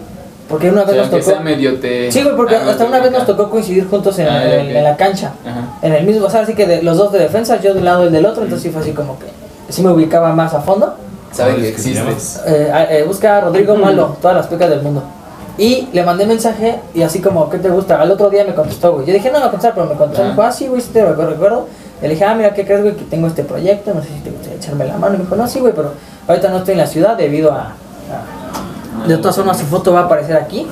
A: Porque una
B: O
A: vez
B: sea,
A: nos
B: aunque sea
A: tocó.
B: medio te.
A: Sí, güey, porque
B: ah,
A: hasta
B: te
A: una vez nos
B: ubica.
A: tocó coincidir juntos en,
B: Ah, ya,
A: en-
B: ok.
A: en la cancha.
B: Ajá.
A: En el mismo, o sea, así que de, los dos de defensa, yo de un lado y del otro, entonces sí fue así como que sí me ubicaba más a fondo.
B: Saben que
D: ¿Sabes qué se llama?
B: existes.
A: Eh, a- eh, busca a Rodrigo Malo, todas las pecas del mundo. Y le mandé mensaje y así como, ¿qué te gusta? Al otro día me contestó, güey. Yo dije, no, no contestar, pero me contestó. Me dijo, ah, sí, güey, sí te recuerdo, recuerdo. Le dije, ah, mira, ¿qué crees, güey? Que tengo este proyecto, no sé si te gustaría echarme la mano. Y me dijo, no, sí, güey, pero ahorita no estoy en la ciudad debido a...
B: Ah,
A: a- De todas formas, su foto va a aparecer aquí,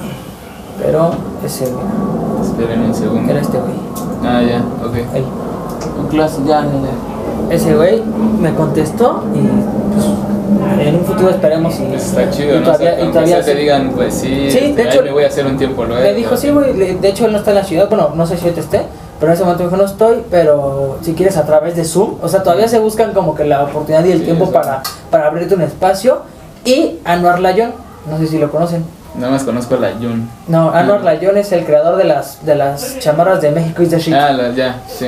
A: pero ese, güey,
B: Esperen un segundo.
A: era este, güey.
B: Ah, ya, ok.
A: él.
C: Un clásico, ya, ya, ya.
A: Ese güey me contestó y pues, en un futuro esperemos y,
B: Pues está
A: y
B: chido, ¿no? O
A: todavía-
B: sea,
A: y
B: aunque
A: todavía
B: sea te
A: sí.
B: digan, pues sí,
A: Sí,
B: este,
A: de hecho,
B: ay, me voy a hacer un tiempo luego.
A: Me dijo, sí, güey, le- de hecho él no está en la ciudad, bueno, no sé si ahorita esté, pero en ese momento me dijo, no estoy, pero si quieres a través de Zoom, o sea, todavía se buscan como que la oportunidad y el
B: Sí,
A: tiempo
B: exacto.
A: para, para abrirte un espacio. Y Anuar Layón, no sé si lo conocen.
B: Nada más conozco a la Jun.
A: No, Anuar
B: Mm.
A: Layón es el creador de las, de las chamarras de México y de Chic.
B: Ah, la, ya, sí.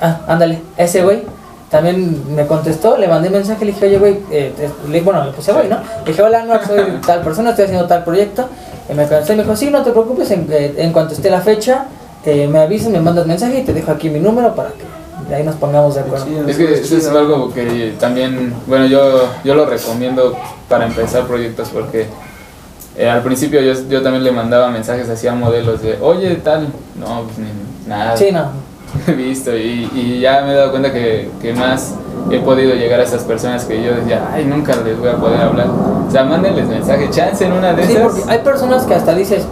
A: Ah, ándale, ese güey también me contestó, le mandé mensaje, le dije, oye, güey, eh, te- le- bueno, le puse güey, ¿no? Le dije, hola, no, soy tal persona, estoy haciendo tal proyecto. Y me contestó y me dijo, sí, no te preocupes, en, eh, en cuanto esté la fecha, eh, me avisas, me mandas mensaje y te dejo aquí mi número para que de ahí nos pongamos de acuerdo.
C: Sí,
B: Es que
C: es
B: eso es
C: chido.
B: algo que también, bueno, yo, yo lo recomiendo para empezar proyectos porque eh, al principio yo, yo también le mandaba mensajes así a modelos de, oye, tal. No, pues ni nada.
A: Sí,
B: [LAUGHS]
A: no.
B: visto y, y ya me he dado cuenta que, que más he podido llegar a esas personas que yo decía, ay, nunca les voy a poder hablar. O sea, mándenles mensaje, chance en una de
A: Sí,
B: esas.
A: porque hay personas que hasta dices,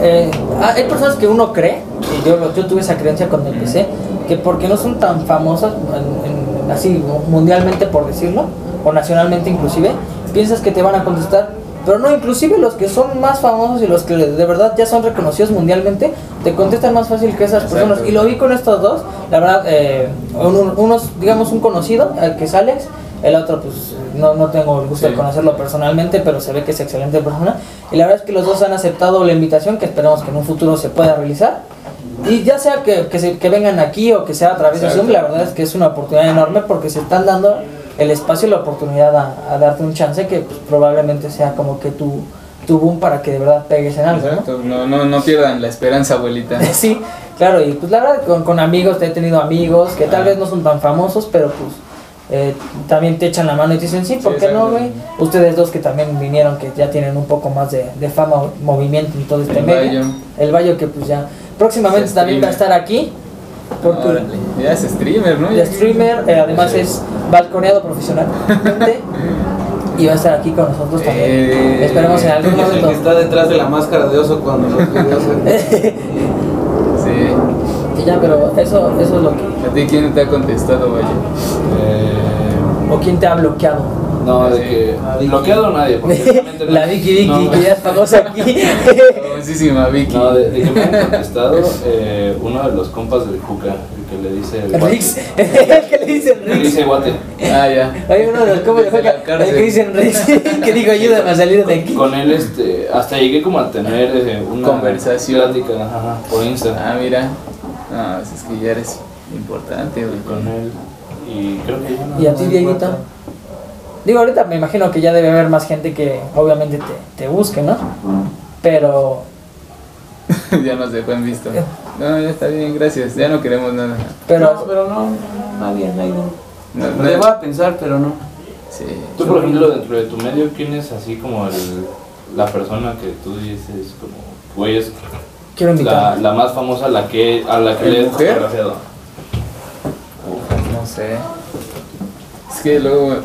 A: eh, ah, hay personas que uno cree, y yo, lo- yo tuve esa creencia cuando empecé, que porque no son tan famosas, en- en- así mundialmente por decirlo, o nacionalmente inclusive, piensas que te van a contestar, pero no, inclusive los que son más famosos y los que de verdad ya son reconocidos mundialmente, te contestan más fácil que esas
B: Exacto.
A: personas. Y lo vi con estos dos, la verdad, eh, un- unos, digamos, un conocido, el que es Alex, el otro pues no, no tengo el gusto de
B: Sí.
A: conocer hacerlo personalmente, pero se ve que es excelente persona. Y la verdad es que los dos han aceptado la invitación que esperamos que en un futuro se pueda realizar. Y ya sea que, que, se- que vengan aquí o que sea a través de
B: Exacto.
A: Zoom, la verdad es que es una oportunidad enorme porque se están dando el espacio y la oportunidad a, a darte un chance que pues, probablemente sea como que tu, tu boom para que de verdad pegues en algo, ¿no?
B: Exacto, no, no, no pierdan la
A: [LAUGHS]
B: esperanza, abuelita.
A: Sí, claro, y pues la verdad con, con amigos, te he tenido amigos que tal
B: Ah.
A: vez no son tan famosos, pero pues eh, también te echan la mano y te dicen, sí, ¿por
B: Sí,
A: qué no,
B: exacto.
A: güey? Ustedes dos que también vinieron, que ya tienen un poco más de, de fama o movimiento en todo este
B: El
A: medio.
B: Bayo.
A: El Bayo que pues ya próximamente
B: Se
A: también va a
B: streamer.
A: estar aquí, porque
B: Órale, Ya es streamer, ¿no?
A: el streamer, eh, además es balconeado
B: [LAUGHS]
A: profesionalmente y va a estar aquí con nosotros también.
B: Eh.
A: Esperemos en algún
C: El que
A: momento.
C: está detrás de la máscara de oso cuando los videos
B: Sí.
A: [LAUGHS] Y ya, pero eso, eso es lo que...
B: ¿A ti quién te ha contestado, vaya?
D: Eh,
A: ¿O quién te ha bloqueado?
D: no, de que. Bloqueado nadie, porque
A: [LAUGHS]
D: realmente no-
A: La Vicky Vicky,
D: no,
A: que ya es famosa
D: [LAUGHS]
A: aquí.
B: Famosísima Vicky.
D: No, de, de que me han contestado eh, uno de los compas del Juca, el que le dice. el guate.
A: Rix, [LAUGHS] el que le dicen
D: Le
A: Rix.
D: dice guate.
B: Ah, ya.
A: Hay uno de los cómo le
B: Desde la
A: juega, el
B: cárcel.
A: que dicen Rix, [LAUGHS] que digo ayúdame a salir de aquí.
D: Con él, este, hasta llegué como a tener eh, una
B: Conversación.
D: plática, ajá, por Instagram
B: Ah, mira. No, pues es que ya eres importante, güey.
D: con él. Y creo que ya no.
A: ¿Y a ti, Dieguito? Digo, ahorita me imagino que ya debe haber más gente que obviamente te, te busque, ¿no? Pero,
B: [LAUGHS] ya nos dejó en visto. No, ya está bien, gracias. Ya no queremos nada.
C: [LAUGHS] Pero,
A: pero,
C: pero no, no, nadie, nadie.
B: No,
C: Lo
B: no-
C: voy a pensar, pero no.
B: Sí.
D: Tú, por ejemplo, dentro de tu medio, ¿quién es así como el- la persona que tú dices, como, güey, es
A: quiero
D: la,
A: invitar.
D: la más famosa a la que, a la que
B: ¿El
D: le he
B: mujer?
D: fotografiado?
B: No sé. Es que luego.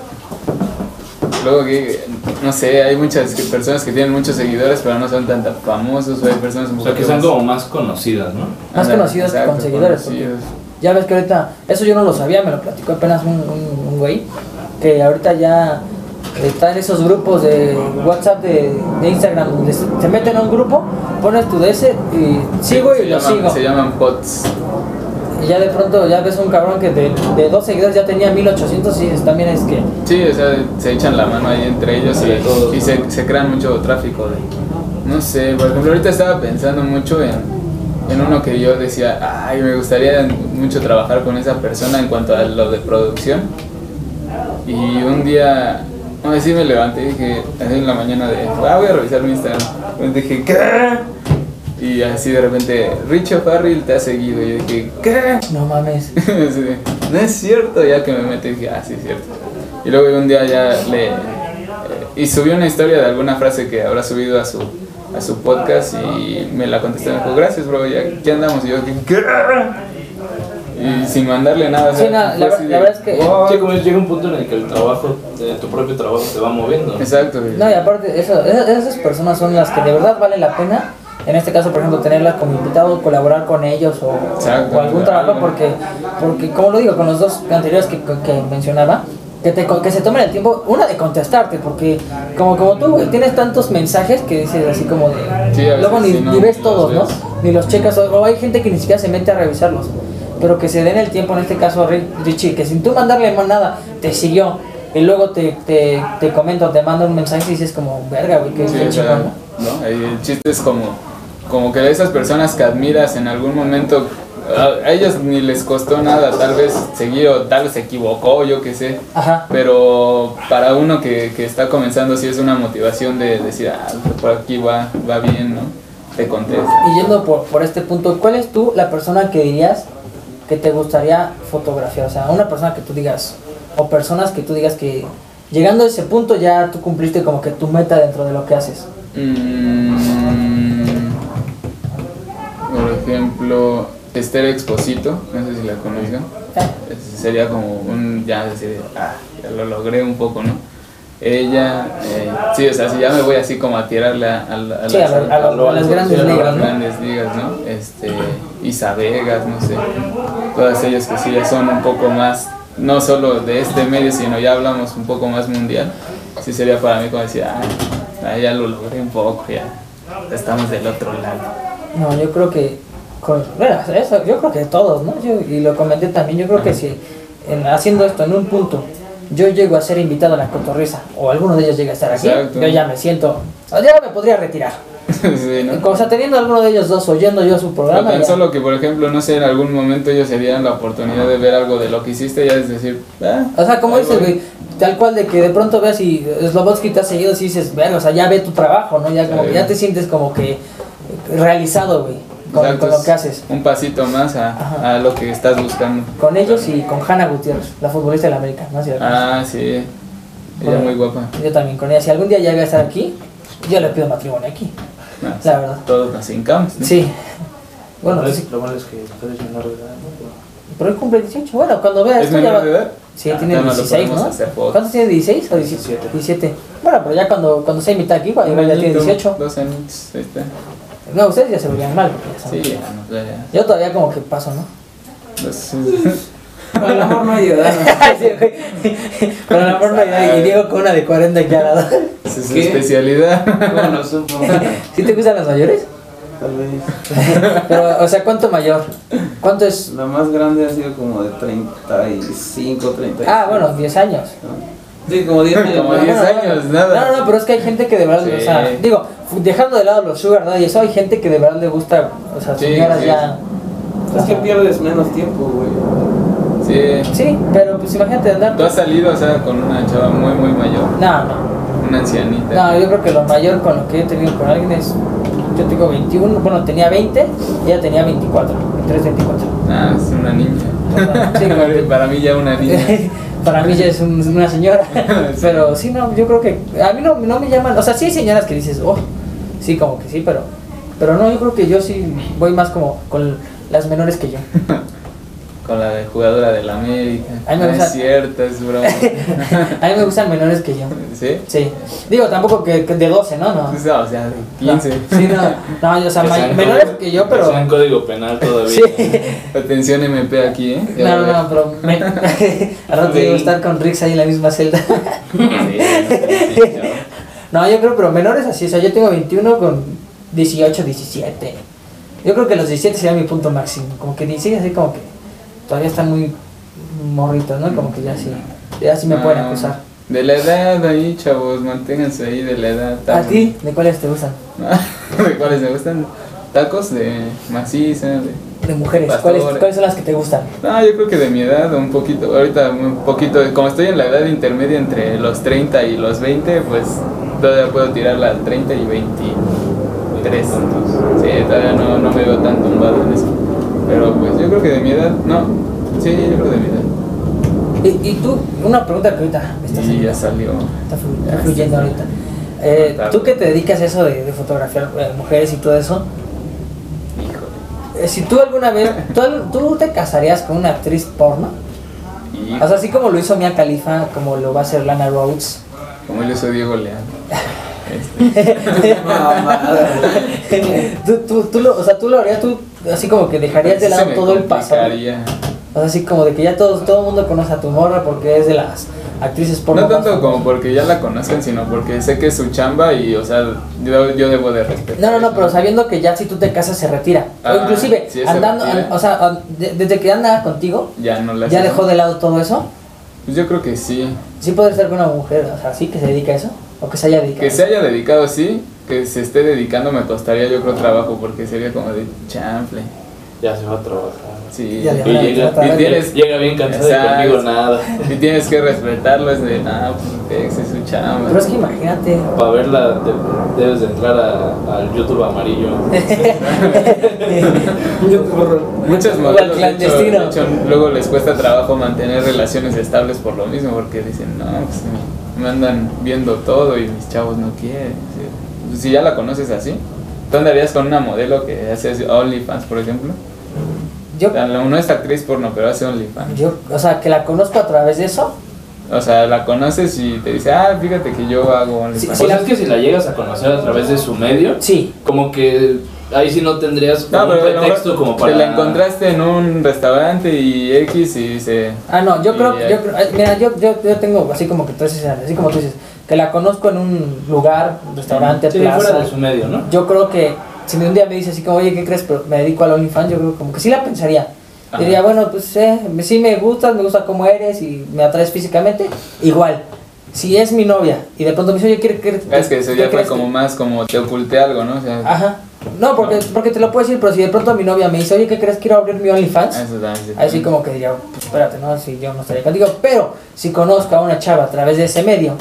B: Luego que. No sé, hay muchas que- personas que tienen muchos seguidores, pero no son tan tan famosos. O hay personas un
D: O sea, que
B: poquito
D: sean
B: más-
D: como más conocidas, ¿no?
A: Más
B: Ándale,
A: conocidos que con
B: exacto,
A: seguidores, porque-
B: conocidos.
A: Ya ves que ahorita, eso yo no lo sabía, me lo platicó apenas un, un- un güey, que ahorita ya está en esos grupos de WhatsApp, de, de Instagram, donde se, se meten a un grupo, pones tu DS y sigo
B: Se
A: y lo
B: llaman-
A: sigo.
B: Se llaman bots.
A: Y ya de pronto ya ves un cabrón que de, de dos seguidores ya tenía 1800 y dices, también es que...
B: Sí, o sea, se echan la mano ahí entre ellos
D: Entre todos,
B: y, y
D: ¿no?
B: se, se crean mucho tráfico. De, no sé, por ejemplo, ahorita estaba pensando mucho en, en uno que yo decía, ay, me gustaría mucho trabajar con esa persona en cuanto a lo de producción. Y un día, no así me levanté y dije, así en la mañana de, ah, voy a revisar mi Instagram. Y dije, ¿qué? Y así de repente, Richo Farrell te ha seguido. Y yo dije, ¿qué?
A: No mames.
B: [LAUGHS] Así de, no es cierto, ya que me metí dije, ah, sí es cierto. Y luego un día ya le... eh, y subí una historia de alguna frase que habrá subido a su, a su podcast y me la contestó y me dijo, gracias, bro, ya, ya andamos. Y yo, ¿qué? Y sin mandarle nada. o sea,
A: Sí, no, la-
B: fue así
A: la
B: de,
A: verdad es que-
B: "Wow".
D: Sí, como es, llega un punto en el que el trabajo, eh, tu propio trabajo te va moviendo.
B: Exacto. güey.
A: No, y aparte, eso- esas, esas personas son las que de verdad vale la pena. En este caso, por ejemplo, tenerlas como invitado, colaborar con ellos o,
B: Exacto,
A: o algún
B: claro.
A: trabajo, porque, porque, como lo digo, con los dos anteriores que, que mencionaba, que, te, que se tomen el tiempo, una, de contestarte, porque como, como tú, güey, tienes tantos mensajes que dices así como de...
B: Sí, a veces
A: luego ni,
B: sí, no,
A: ni ves
B: no
A: todos,
B: los
A: ¿no?
B: ves.
A: Ni los checas, o, o hay gente que ni siquiera se mete a revisarlos, pero que se den el tiempo, en este caso Ri- Richie, que sin tú mandarle más nada, te siguió, y luego te, te, te comenta o te manda un mensaje y dices como, verga, güey, qué,
B: Sí,
A: qué
B: o sea,
A: chingón, ¿no?
B: ¿no? Y El chiste es como, como que esas personas que admiras en algún momento, a, a ellas ni les costó nada, tal vez seguir o tal vez se equivocó, yo qué sé.
A: Ajá.
B: Pero para uno que, que está comenzando, sí es una motivación de decir, ah, por aquí va, va bien, ¿no? Te contesta.
A: Y yendo por, por este punto, ¿cuál es tú la persona que dirías que te gustaría fotografiar? O sea, una persona que tú digas, o personas que tú digas que llegando a ese punto ya tú cumpliste como que tu meta dentro de lo que haces.
B: Mm, por ejemplo, Esther Exposito, no sé si la conozcan.
A: Ah,
B: Ese sería como un ya decir, ah, ya lo logré un poco, ¿no? Ella, eh, sí, o sea, si ya me voy así como a tirarle a, a la- a
A: Sí, a,
B: las,
A: lo- a lo- a las grandes
B: sí, a las
A: ligas, ¿no?
B: grandes ligas, ¿no? Este, Isa Vegas, no sé, todas ellas que sí ya son un poco más, no solo de este medio, sino ya hablamos un poco más mundial, sí sería para mí como decir, ah, ah, ya lo logré un poco, ya estamos del otro lado. [LAUGHS]
A: No, yo creo que. con- bueno, eso, yo creo que todos, ¿no? Yo, y lo comenté también, yo creo que si en- haciendo esto en un punto yo llego a ser invitado a la cotorriza o alguno de ellos llega a estar aquí,
B: Exacto.
A: yo ya me siento. Ya me podría retirar.
B: sí, ¿no?
A: O sea, teniendo alguno de ellos dos, oyendo yo su
B: Pero
A: programa.
B: tan
A: ya-
B: solo que, por ejemplo, no sé, en algún momento ellos se dieran la oportunidad de ver algo de lo que hiciste, ya es decir, ah,
A: O sea, como
B: ahí
A: dices,
B: voy.
A: güey, tal cual de que de pronto veas y Slobotsky te ha seguido y dices, verga, o sea, ya ve tu trabajo, ¿no? Ya como
B: Sí.
A: que ya te sientes como que realizado, güey, con,
B: Exacto,
A: con lo
B: es
A: que haces.
B: Un pasito más
A: Ajá.
B: a, a lo que estás buscando.
A: Con ellos y con Hanna Gutiérrez, la futbolista de la América, ¿no es cierto?
B: Ah, sí. Ella
A: Bueno.
B: muy guapa.
A: Yo también con ella. Si algún día llega a estar aquí, yo le pido matrimonio aquí,
B: Ah,
A: la verdad.
B: Todos nos hincamos. ¿no?
A: Sí. Bueno,
C: lo,
A: pues sí,
C: lo malo es que puedes menor de edad, ¿no? Pero-
A: pero él cumple 18. Bueno, cuando vea
B: ¿Es
A: esto ya
B: menor
A: va.
B: de edad?
A: Sí,
B: Ah,
A: tiene
B: entonces no lo
A: 16, ¿no?
B: podemos hacer fotos.
A: ¿Cuántos tiene? ¿16 o 17?
C: 17.
A: 17. Bueno, pero ya cuando, cuando se invita aquí, igual
B: Un
A: igual ya tiene
B: añito,
A: 18.
B: Dos años, ahí está.
A: No, ustedes ya se verían mal. porque ya saben.
B: Sí, ya, no, ya, ya.
A: Yo todavía como que paso,
B: [LAUGHS]
A: ¿no?
B: Los-
A: [LAUGHS]
C: A lo mejor no hay [LAUGHS] edad.
A: Sí, güey. Pero a lo mejor no hay nadie. Y Diego con una de 40 aquí al
B: [LAUGHS]
A: lado.
B: Esa es su
C: ¿Qué?
B: especialidad. [LAUGHS]
C: ¿Cómo lo supo? Tal
A: ¿Sí te gustan las mayores?
C: vez.
A: Pero, o sea, ¿cuánto mayor? ¿Cuánto es?
C: La más grande ha sido como de 35,
B: Pues,
C: 36.
A: Ah, bueno, 10 años.
C: Sí, [LAUGHS] como 10 años.
B: Como
C: más.
B: 10 años, nada.
A: No, no, no, pero es que hay gente que de verdad, o sea,
B: Sí.
A: digo, fu- dejando de lado los sugar daddy, y eso hay gente que de verdad le gusta, o sea,
B: Sí,
A: señoras
B: sí.
A: ya.
C: Es que pierdes menos tiempo, güey.
B: Sí.
A: Sí, pero pues imagínate andar.
B: Tú has salido, o sea, con una chava muy, muy mayor.
A: No, no.
B: Una ancianita.
A: No, yo creo que lo mayor con lo que he tenido con alguien es. Yo tengo 21, bueno, tenía 20 y ella tenía 24, 23, 24.
B: Ah, es una niña.
A: Sí,
B: [LAUGHS]
A: como-
B: Para mí ya una niña.
A: [LAUGHS] Para mí ya es un- una
D: [LAUGHS]
A: señora. Pero sí, no, yo creo que. A mí no, no me llaman. O sea, sí hay señoras que dices, oh, sí, como que sí, pero. Pero no, yo creo que yo sí voy más como con las menores
D: [LAUGHS]
A: que yo.
B: Con la de jugadora del América.
A: Ay, me
B: no
A: gusta.
B: es cierto, es
A: [LAUGHS]
B: broma.
A: A mí me gustan menores que yo.
B: ¿Sí?
A: Sí. Digo, tampoco que, que de 12, ¿no? No.
B: O sea, o sea, de 15.
A: No. Sí, no. No, yo, o sea,
D: Que
A: may-
D: sean
A: menores
D: código-
A: que yo, pero.
D: sean código penal todavía.
A: [LAUGHS] Sí.
B: Atención MP aquí, ¿eh? Ya
A: No,
B: lo
A: no, no, pero
B: [LAUGHS]
A: me- [LAUGHS] al rato digo estar con Rix ahí en la misma celda.
D: Sí, sí, sí, yo.
A: [LAUGHS] No, yo creo, pero menores así, o sea, yo tengo 21 con 18, 17. Yo creo que los 17 sería mi punto máximo, como que 16 así como que todavía están muy morritos, ¿no? Como que ya sí, ya sí me pueden
B: Ah,
A: acusar.
B: De la edad ahí, chavos, manténganse ahí de la edad.
A: ¿A
B: Tacos.
A: ti? ¿De cuáles te gustan?
B: [LAUGHS] ¿De cuáles me gustan? Tacos de maciza, de...
A: De mujeres,
B: Pastores.
A: ¿cuáles, ¿cuáles son las que te gustan?
B: No, Ah, yo creo que de mi edad, un poquito, ahorita un poquito, como estoy en la edad intermedia entre los 30 y los 20, pues todavía puedo tirarla al 30 y 23. Sí, todavía no, no me veo tan tumbado en eso. Pero pues yo creo que de mi edad, no, sí, yo creo de mi edad.
A: Y, y tú, una pregunta que ahorita me está
B: Y
A: saliendo,
B: ya salió.
A: está flu- está fluyendo ahorita.
B: Ah,
A: Eh, tú que te dedicas a eso de, de fotografiar eh, mujeres y todo eso,
B: Híjole.
A: eh, si tú alguna vez, ¿tú, al- ¿tú te casarías con una actriz porno? O
B: Híjole.
A: sea, así como lo hizo Mia Khalifa, como lo va a hacer Lana
B: [LAUGHS]
A: Rhodes.
B: Como él hizo Diego Leal.
C: Mamada.
A: tú, tú, tú lo, o sea, tú lo harías, tú así como que dejarías de
B: Así se
A: lado
B: me
A: todo el pasado. O
B: complicaría.
A: sea, así como de que ya todo, todo el mundo conoce a tu morra porque es de las actrices porno.
B: No
A: más
B: tanto
A: famosas.
B: como porque ya la conozcan, sino porque sé que es su chamba y, o sea, yo, yo debo de respetar.
A: No, no, no,
B: eso.
A: pero sabiendo que ya si tú te casas se retira.
B: Ah,
A: o inclusive,
B: sí, se
A: andando,
B: retira.
A: an- o sea, an- de- desde que anda contigo,
B: Ya no la
A: ya
B: hace.
A: dejó de lado todo eso.
B: Pues yo creo que sí.
A: Sí puede ser con una mujer, o sea, sí que se dedica a eso, o que se haya dedicado.
B: Que se haya dedicado, sí. Que se esté dedicando me costaría yo creo trabajo porque sería como de chanfle.
D: Ya se va a trabajar.
B: Sí.
A: Ya le
D: Y
A: Ahora,
D: llega,
A: otra
B: vez.
D: y tienes- llega bien cansado
B: Exacto.
D: y conmigo nada.
B: Y tienes que respetarlo, es de, ah, pues ex, es su chamba.
A: Pero es que imagínate. [LAUGHS]
D: Para verla de- debes de entrar a- al
A: [LAUGHS]
D: YouTube amarillo.
C: Yo corro.
B: Muchas
A: O al
B: modelos, de hecho-
A: clandestino.
B: de hecho, luego les cuesta trabajo mantener relaciones estables por lo mismo, porque dicen, no, pues me- me andan viendo todo y mis chavos no quieren. Sí. Pues, Si ya la conoces así, ¿tú andarías con una modelo que hace OnlyFans, por ejemplo?
A: Yo,
B: O sea, la- no es actriz porno, pero hace OnlyFans.
A: yo, o sea, que la conozco a través de eso.
B: O sea, la conoces y te dice, ah, fíjate que yo hago
A: Sí,
B: OnlyFans.
A: sí.
D: Pues es que si la llegas a conocer a través de su medio,
A: Sí,
D: como que ahí sí no tendrías
B: No,
D: como un
B: pero a lo
D: pretexto
B: mejor
D: como para...
B: Te la encontraste en un restaurante y X y dice...
A: Ah, no, yo
B: Y
A: creo que.
B: ya.
A: Yo, creo- eh, mira, yo, yo, yo tengo así como que tú dices, así como tú dices, que la conozco en un lugar, un restaurante,
D: Sí,
A: plaza.
D: fuera de su medio, ¿no?
A: Yo creo que si un día me dice así como, oye, ¿qué crees? Pero me dedico al OnlyFans, yo creo como que sí la pensaría.
B: Ajá.
A: Diría, bueno, pues eh, me- sí me gustas, me gusta cómo eres y me atraes físicamente. Igual, si es mi novia y de pronto me dice, oye, ¿qué, qué,
B: Es que eso
A: qué
B: ya fue
A: crees
B: como
A: que-"
B: más como te oculté algo, ¿no? O sea,
A: Ajá. No, porque, porque te lo puedo decir, pero si de pronto mi novia me dice, oye, ¿qué crees? Quiero abrir mi OnlyFans.
B: Ah, Eso también es
A: Así
B: diferente.
A: como que diría, pues espérate, ¿no? Si yo no estaría contigo. Pero si conozco a una chava a través de ese medio,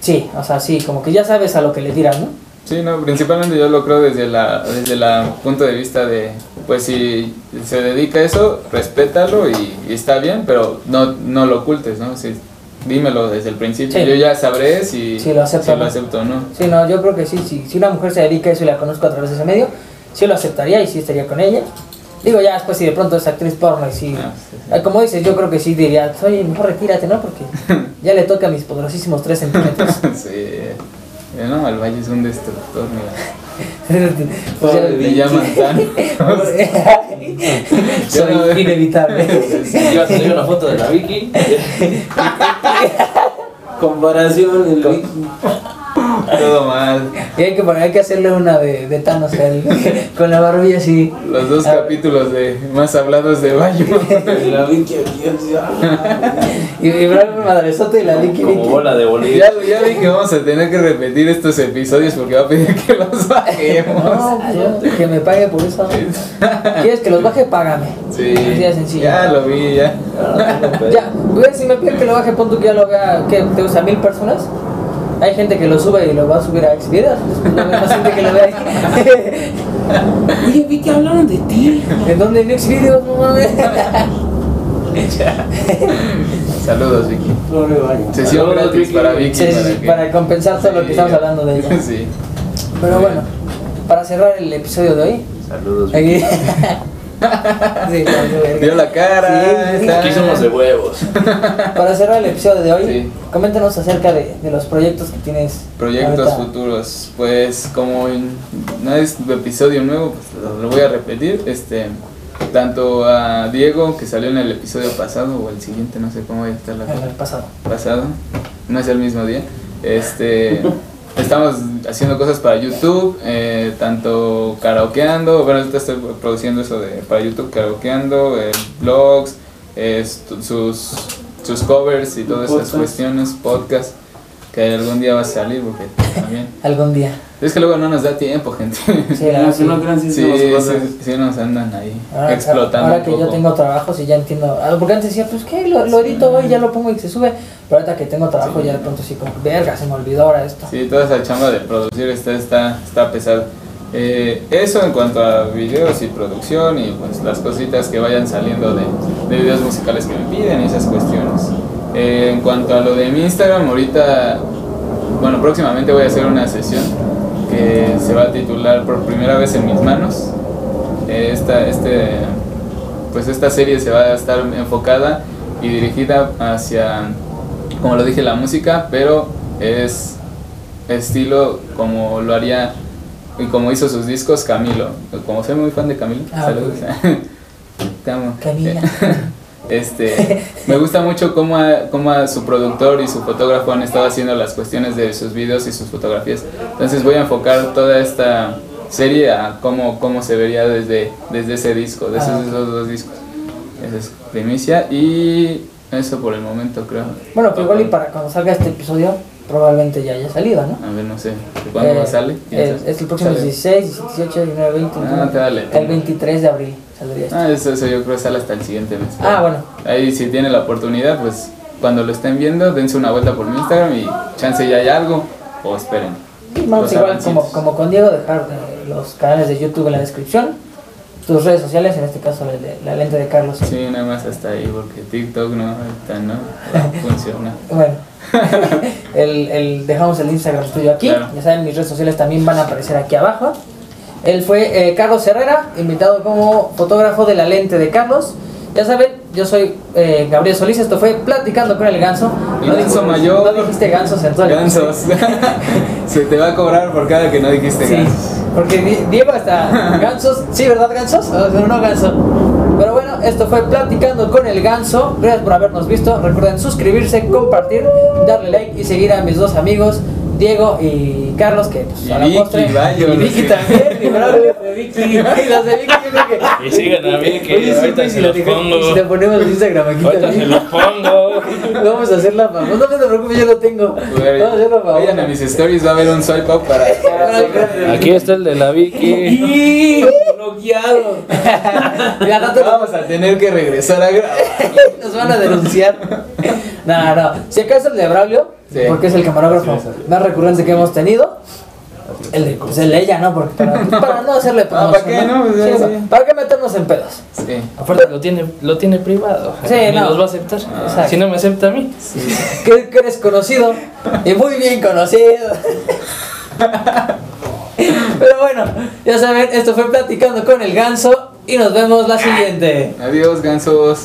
A: sí, o sea, sí, como que ya sabes a lo que le tiras, ¿no?
B: Sí, no, principalmente yo lo creo desde la desde la punto de vista de pues si se dedica a eso, respétalo y, y está bien, pero no no lo ocultes, ¿no? Si, dímelo desde el principio.
A: Sí.
B: Yo ya sabré si
A: Si lo acepto o
B: si
A: no.
B: lo acepto o no. [LAUGHS]
A: Sí, no, yo creo que sí, sí, si una mujer se dedica a eso y la conozco a través de ese medio, sí lo aceptaría y sí estaría con ella. Digo, ya después si de pronto es actriz porno y sí,
B: Ah, sí, sí.
A: Ah, como dices, yo creo que sí diría, oye, mejor retírate, ¿no?
B: [LAUGHS]
A: Porque ya le toca a mis poderosísimos 3 centímetros.
B: sí. Eh, No, el valle es un destructor,
A: [LAUGHS]
B: mira.
A: O sea,
B: Le llaman
A: [LAUGHS]
B: tan. [LAUGHS]
A: Soy
B: no- [LAUGHS]
A: inevitable.
D: Iba a salir una foto de la
A: [LAUGHS]
D: Vicky.
C: Comparación el Vic.
B: Todo mal.
A: Y hay que, poner- hay que hacerle una de, de Thanos él, [LAUGHS] con la barbilla así.
B: Los dos
A: Ah.
B: capítulos de más hablados de Bayo.
A: [LAUGHS]
C: La Vicky aquí, así, ah.
A: Y, y Bravo Madresote y la Vicky
D: Como
A: Vicky.
D: bola de bolillo.
B: Ya, ya vi que vamos a tener que repetir estos episodios porque va a pedir que los
A: [LAUGHS]
B: bajemos.
A: No, yo- que me pague por eso. ¿Quieres que los baje? Págame.
B: Sí.
A: Así de sencillo.
B: Ya lo vi, ya.
A: Ya, güey, si me piden que lo baje, pon tú que ya lo haga, ¿qué? ¿Te usa mil personas? Hay gente que lo sube y lo va a subir a Xvideos. pues, no hay más gente que lo vea ahí.
C: [LAUGHS] Oye, Vicky, hablaron de ti.
A: ¿En dónde? ¿En Xvideos? No
B: [LAUGHS]
A: mames.
B: Saludos, Vicky.
C: Flor de baño.
B: Sesión
D: Saludos,
B: gratis
D: Vicky.
B: para Vicky.
A: Sí, sí, sí,
B: que-
A: para compensar todo lo que
B: Sí.
A: estamos hablando de ella.
B: [LAUGHS] Sí.
A: Pero bueno, para cerrar el episodio de hoy.
D: Saludos. Vicky.
A: Aquí. [LAUGHS] Sí, claro,
B: Dio la cara.
A: Sí.
B: está-
D: Aquí somos de huevos.
A: Para cerrar el episodio de hoy,
B: Sí.
A: coméntanos acerca de, de los proyectos que tienes.
B: Proyectos
A: ahorita.
B: futuros. Pues como en- no es episodio nuevo, pues lo, lo voy a repetir. Este, tanto a Diego, que salió en el episodio pasado, o el siguiente, no sé cómo va a estar la
A: En el pasado.
B: pasado, no es el mismo día. Este, estamos haciendo cosas para YouTube, eh, tanto karaokeando, bueno, ahorita estoy produciendo eso de, para YouTube, karaokeando, eh, blogs, eh, estu- sus, sus covers y todas esas
C: Podcast.
B: cuestiones, podcast, que algún día va a salir, porque también.
A: Algún día.
B: Es que luego no nos da tiempo, gente. Sí,
A: Sí, la
C: Ah,
A: verdad,
C: si no crean, sí,
B: [LAUGHS]
C: somos
B: sí,
C: cosas.
B: sí nos andan ahí
A: Ahora,
B: explotando.
A: Ah, ahora
B: un
A: que yo
B: poco.
A: tengo trabajos y ya entiendo. ah, Porque antes decía, pues qué, lo, lo edito hoy, ya lo pongo y se sube. Pero ahorita que tengo trabajo,
B: Sí.
A: ya de pronto sí, como, verga, se me olvidó ahora esto.
B: Sí, toda esa chamba de producir está, está, está pesada. Eh, eso en cuanto a videos y producción y pues las cositas que vayan saliendo de, de videos musicales que me piden y esas cuestiones. Eh, en cuanto a lo de mi Instagram, ahorita, bueno, próximamente voy a hacer una sesión que se va a titular por primera vez en mis manos. Eh, esta, este, pues esta serie se va a estar enfocada y dirigida hacia, como lo dije, la música, pero es estilo como lo haría y como hizo sus discos Camilo. Como soy muy fan de Camilo,
A: Ah,
B: saludos. [LAUGHS] Te amo.
A: Camila.
B: Este, me gusta mucho cómo, a- cómo a su productor y su fotógrafo han estado haciendo las cuestiones de sus videos y sus fotografías. Entonces voy a enfocar toda esta serie a cómo, cómo se vería desde, desde ese disco, de esos,
A: Ah, ok.
B: esos dos discos. Esa es primicia y eso por el momento creo.
A: Bueno, pero igual y para cuando salga este episodio, probablemente ya haya salido, ¿no?
B: A ver, no sé, ¿cuándo
A: Eh,
B: sale?
A: el- es el próximo
B: Sale.
A: 16, 17, 19, 20.
B: Ah,
A: 21.
B: dale.
A: el 23 de abril saldría esto.
B: Ah, eso, eso yo creo que sale hasta el siguiente mes.
A: Ah, bueno.
B: Ahí si tienen la oportunidad, pues cuando lo estén viendo, dense una vuelta por mi Instagram y chance ya hay algo o esperen.
A: Vamos
B: Ah, Los
A: igual,
B: avancitos.
A: como, como con Diego, dejar eh, los canales de YouTube en la descripción, tus redes sociales, en este caso la, de- la lente de Carlos.
B: Sí, nada más hasta ahí porque TikTok no, ahorita no,
A: [LAUGHS]
B: no funciona.
A: Bueno, el, el- dejamos el Instagram tuyo aquí.
B: Claro.
A: Ya saben, mis redes sociales también van a aparecer aquí abajo. Él fue eh, Carlos Herrera, invitado como fotógrafo de la lente de Carlos. Ya saben, yo soy eh, Gabriel Solís. Esto fue Platicando con el Ganso. No
B: Ganso
A: dijiste-
B: mayor.
A: No dijiste Ganso sensual.
B: Gansos. [LAUGHS] Se te va a cobrar por cada que no dijiste
A: Sí,
B: gansos.
A: porque Di- Diego está gansos, sí, ¿verdad, gansos? Ah, Pero no ganso. Pero bueno, esto fue Platicando con el Ganso. Gracias por habernos visto. Recuerden suscribirse, compartir, darle like y seguir a mis dos amigos, Diego y Carlos, que pues,
B: Y
A: a la
B: Vicky,
A: postre.
B: vaya,
A: y Vicky
B: sí.
A: también, y Braulio de Vicky. [LAUGHS] Y los de Vicky, yo creo que.
D: pues, Y sigan a mí, que
A: Oye, sí,
D: ahorita
A: güey,
D: se
A: si la
D: los
A: dejamos-
D: pongo.
A: Si la [LAUGHS] ponemos en Instagram aquí
D: Ahorita se
A: también.
D: los pongo.
A: [LAUGHS] Vamos a hacer la famosa. No te preocupes, yo lo tengo. Vamos a hacer la famosa.
B: Vayan a mis stories, va a haber un swipe up
A: [LAUGHS]
B: para.
D: Aquí está el de la
A: [LAUGHS]
D: Vicky.
A: ¡Y! ¡Bloqueado! [LAUGHS] Ya tanto
B: [LAUGHS] Vamos a tener que regresar a grabar.
A: nos van a denunciar. No, no. Si acaso el de Braulio,
B: Sí.
A: porque es el camarógrafo
B: Sí, sí.
A: más recurrente que hemos tenido. El de, pues el de ella, ¿no? Porque
B: [LAUGHS]
A: para, para no hacerle
B: Ah, ¿para qué, no? Pues,
A: Sí,
B: sí.
A: ¿para- ¿Para qué meternos en pedos?
B: Sí.
A: Aparte,
D: lo tiene, lo tiene privado.
A: Sí,
D: Ni
A: no.
D: los va a aceptar.
A: Exacto.
D: Si no me acepta a mí.
A: que, que eres conocido y muy bien
B: [LAUGHS]
A: conocido. Pero bueno, ya saben, esto fue Platicando con el Ganso y nos vemos la siguiente.
B: Adiós, gansos.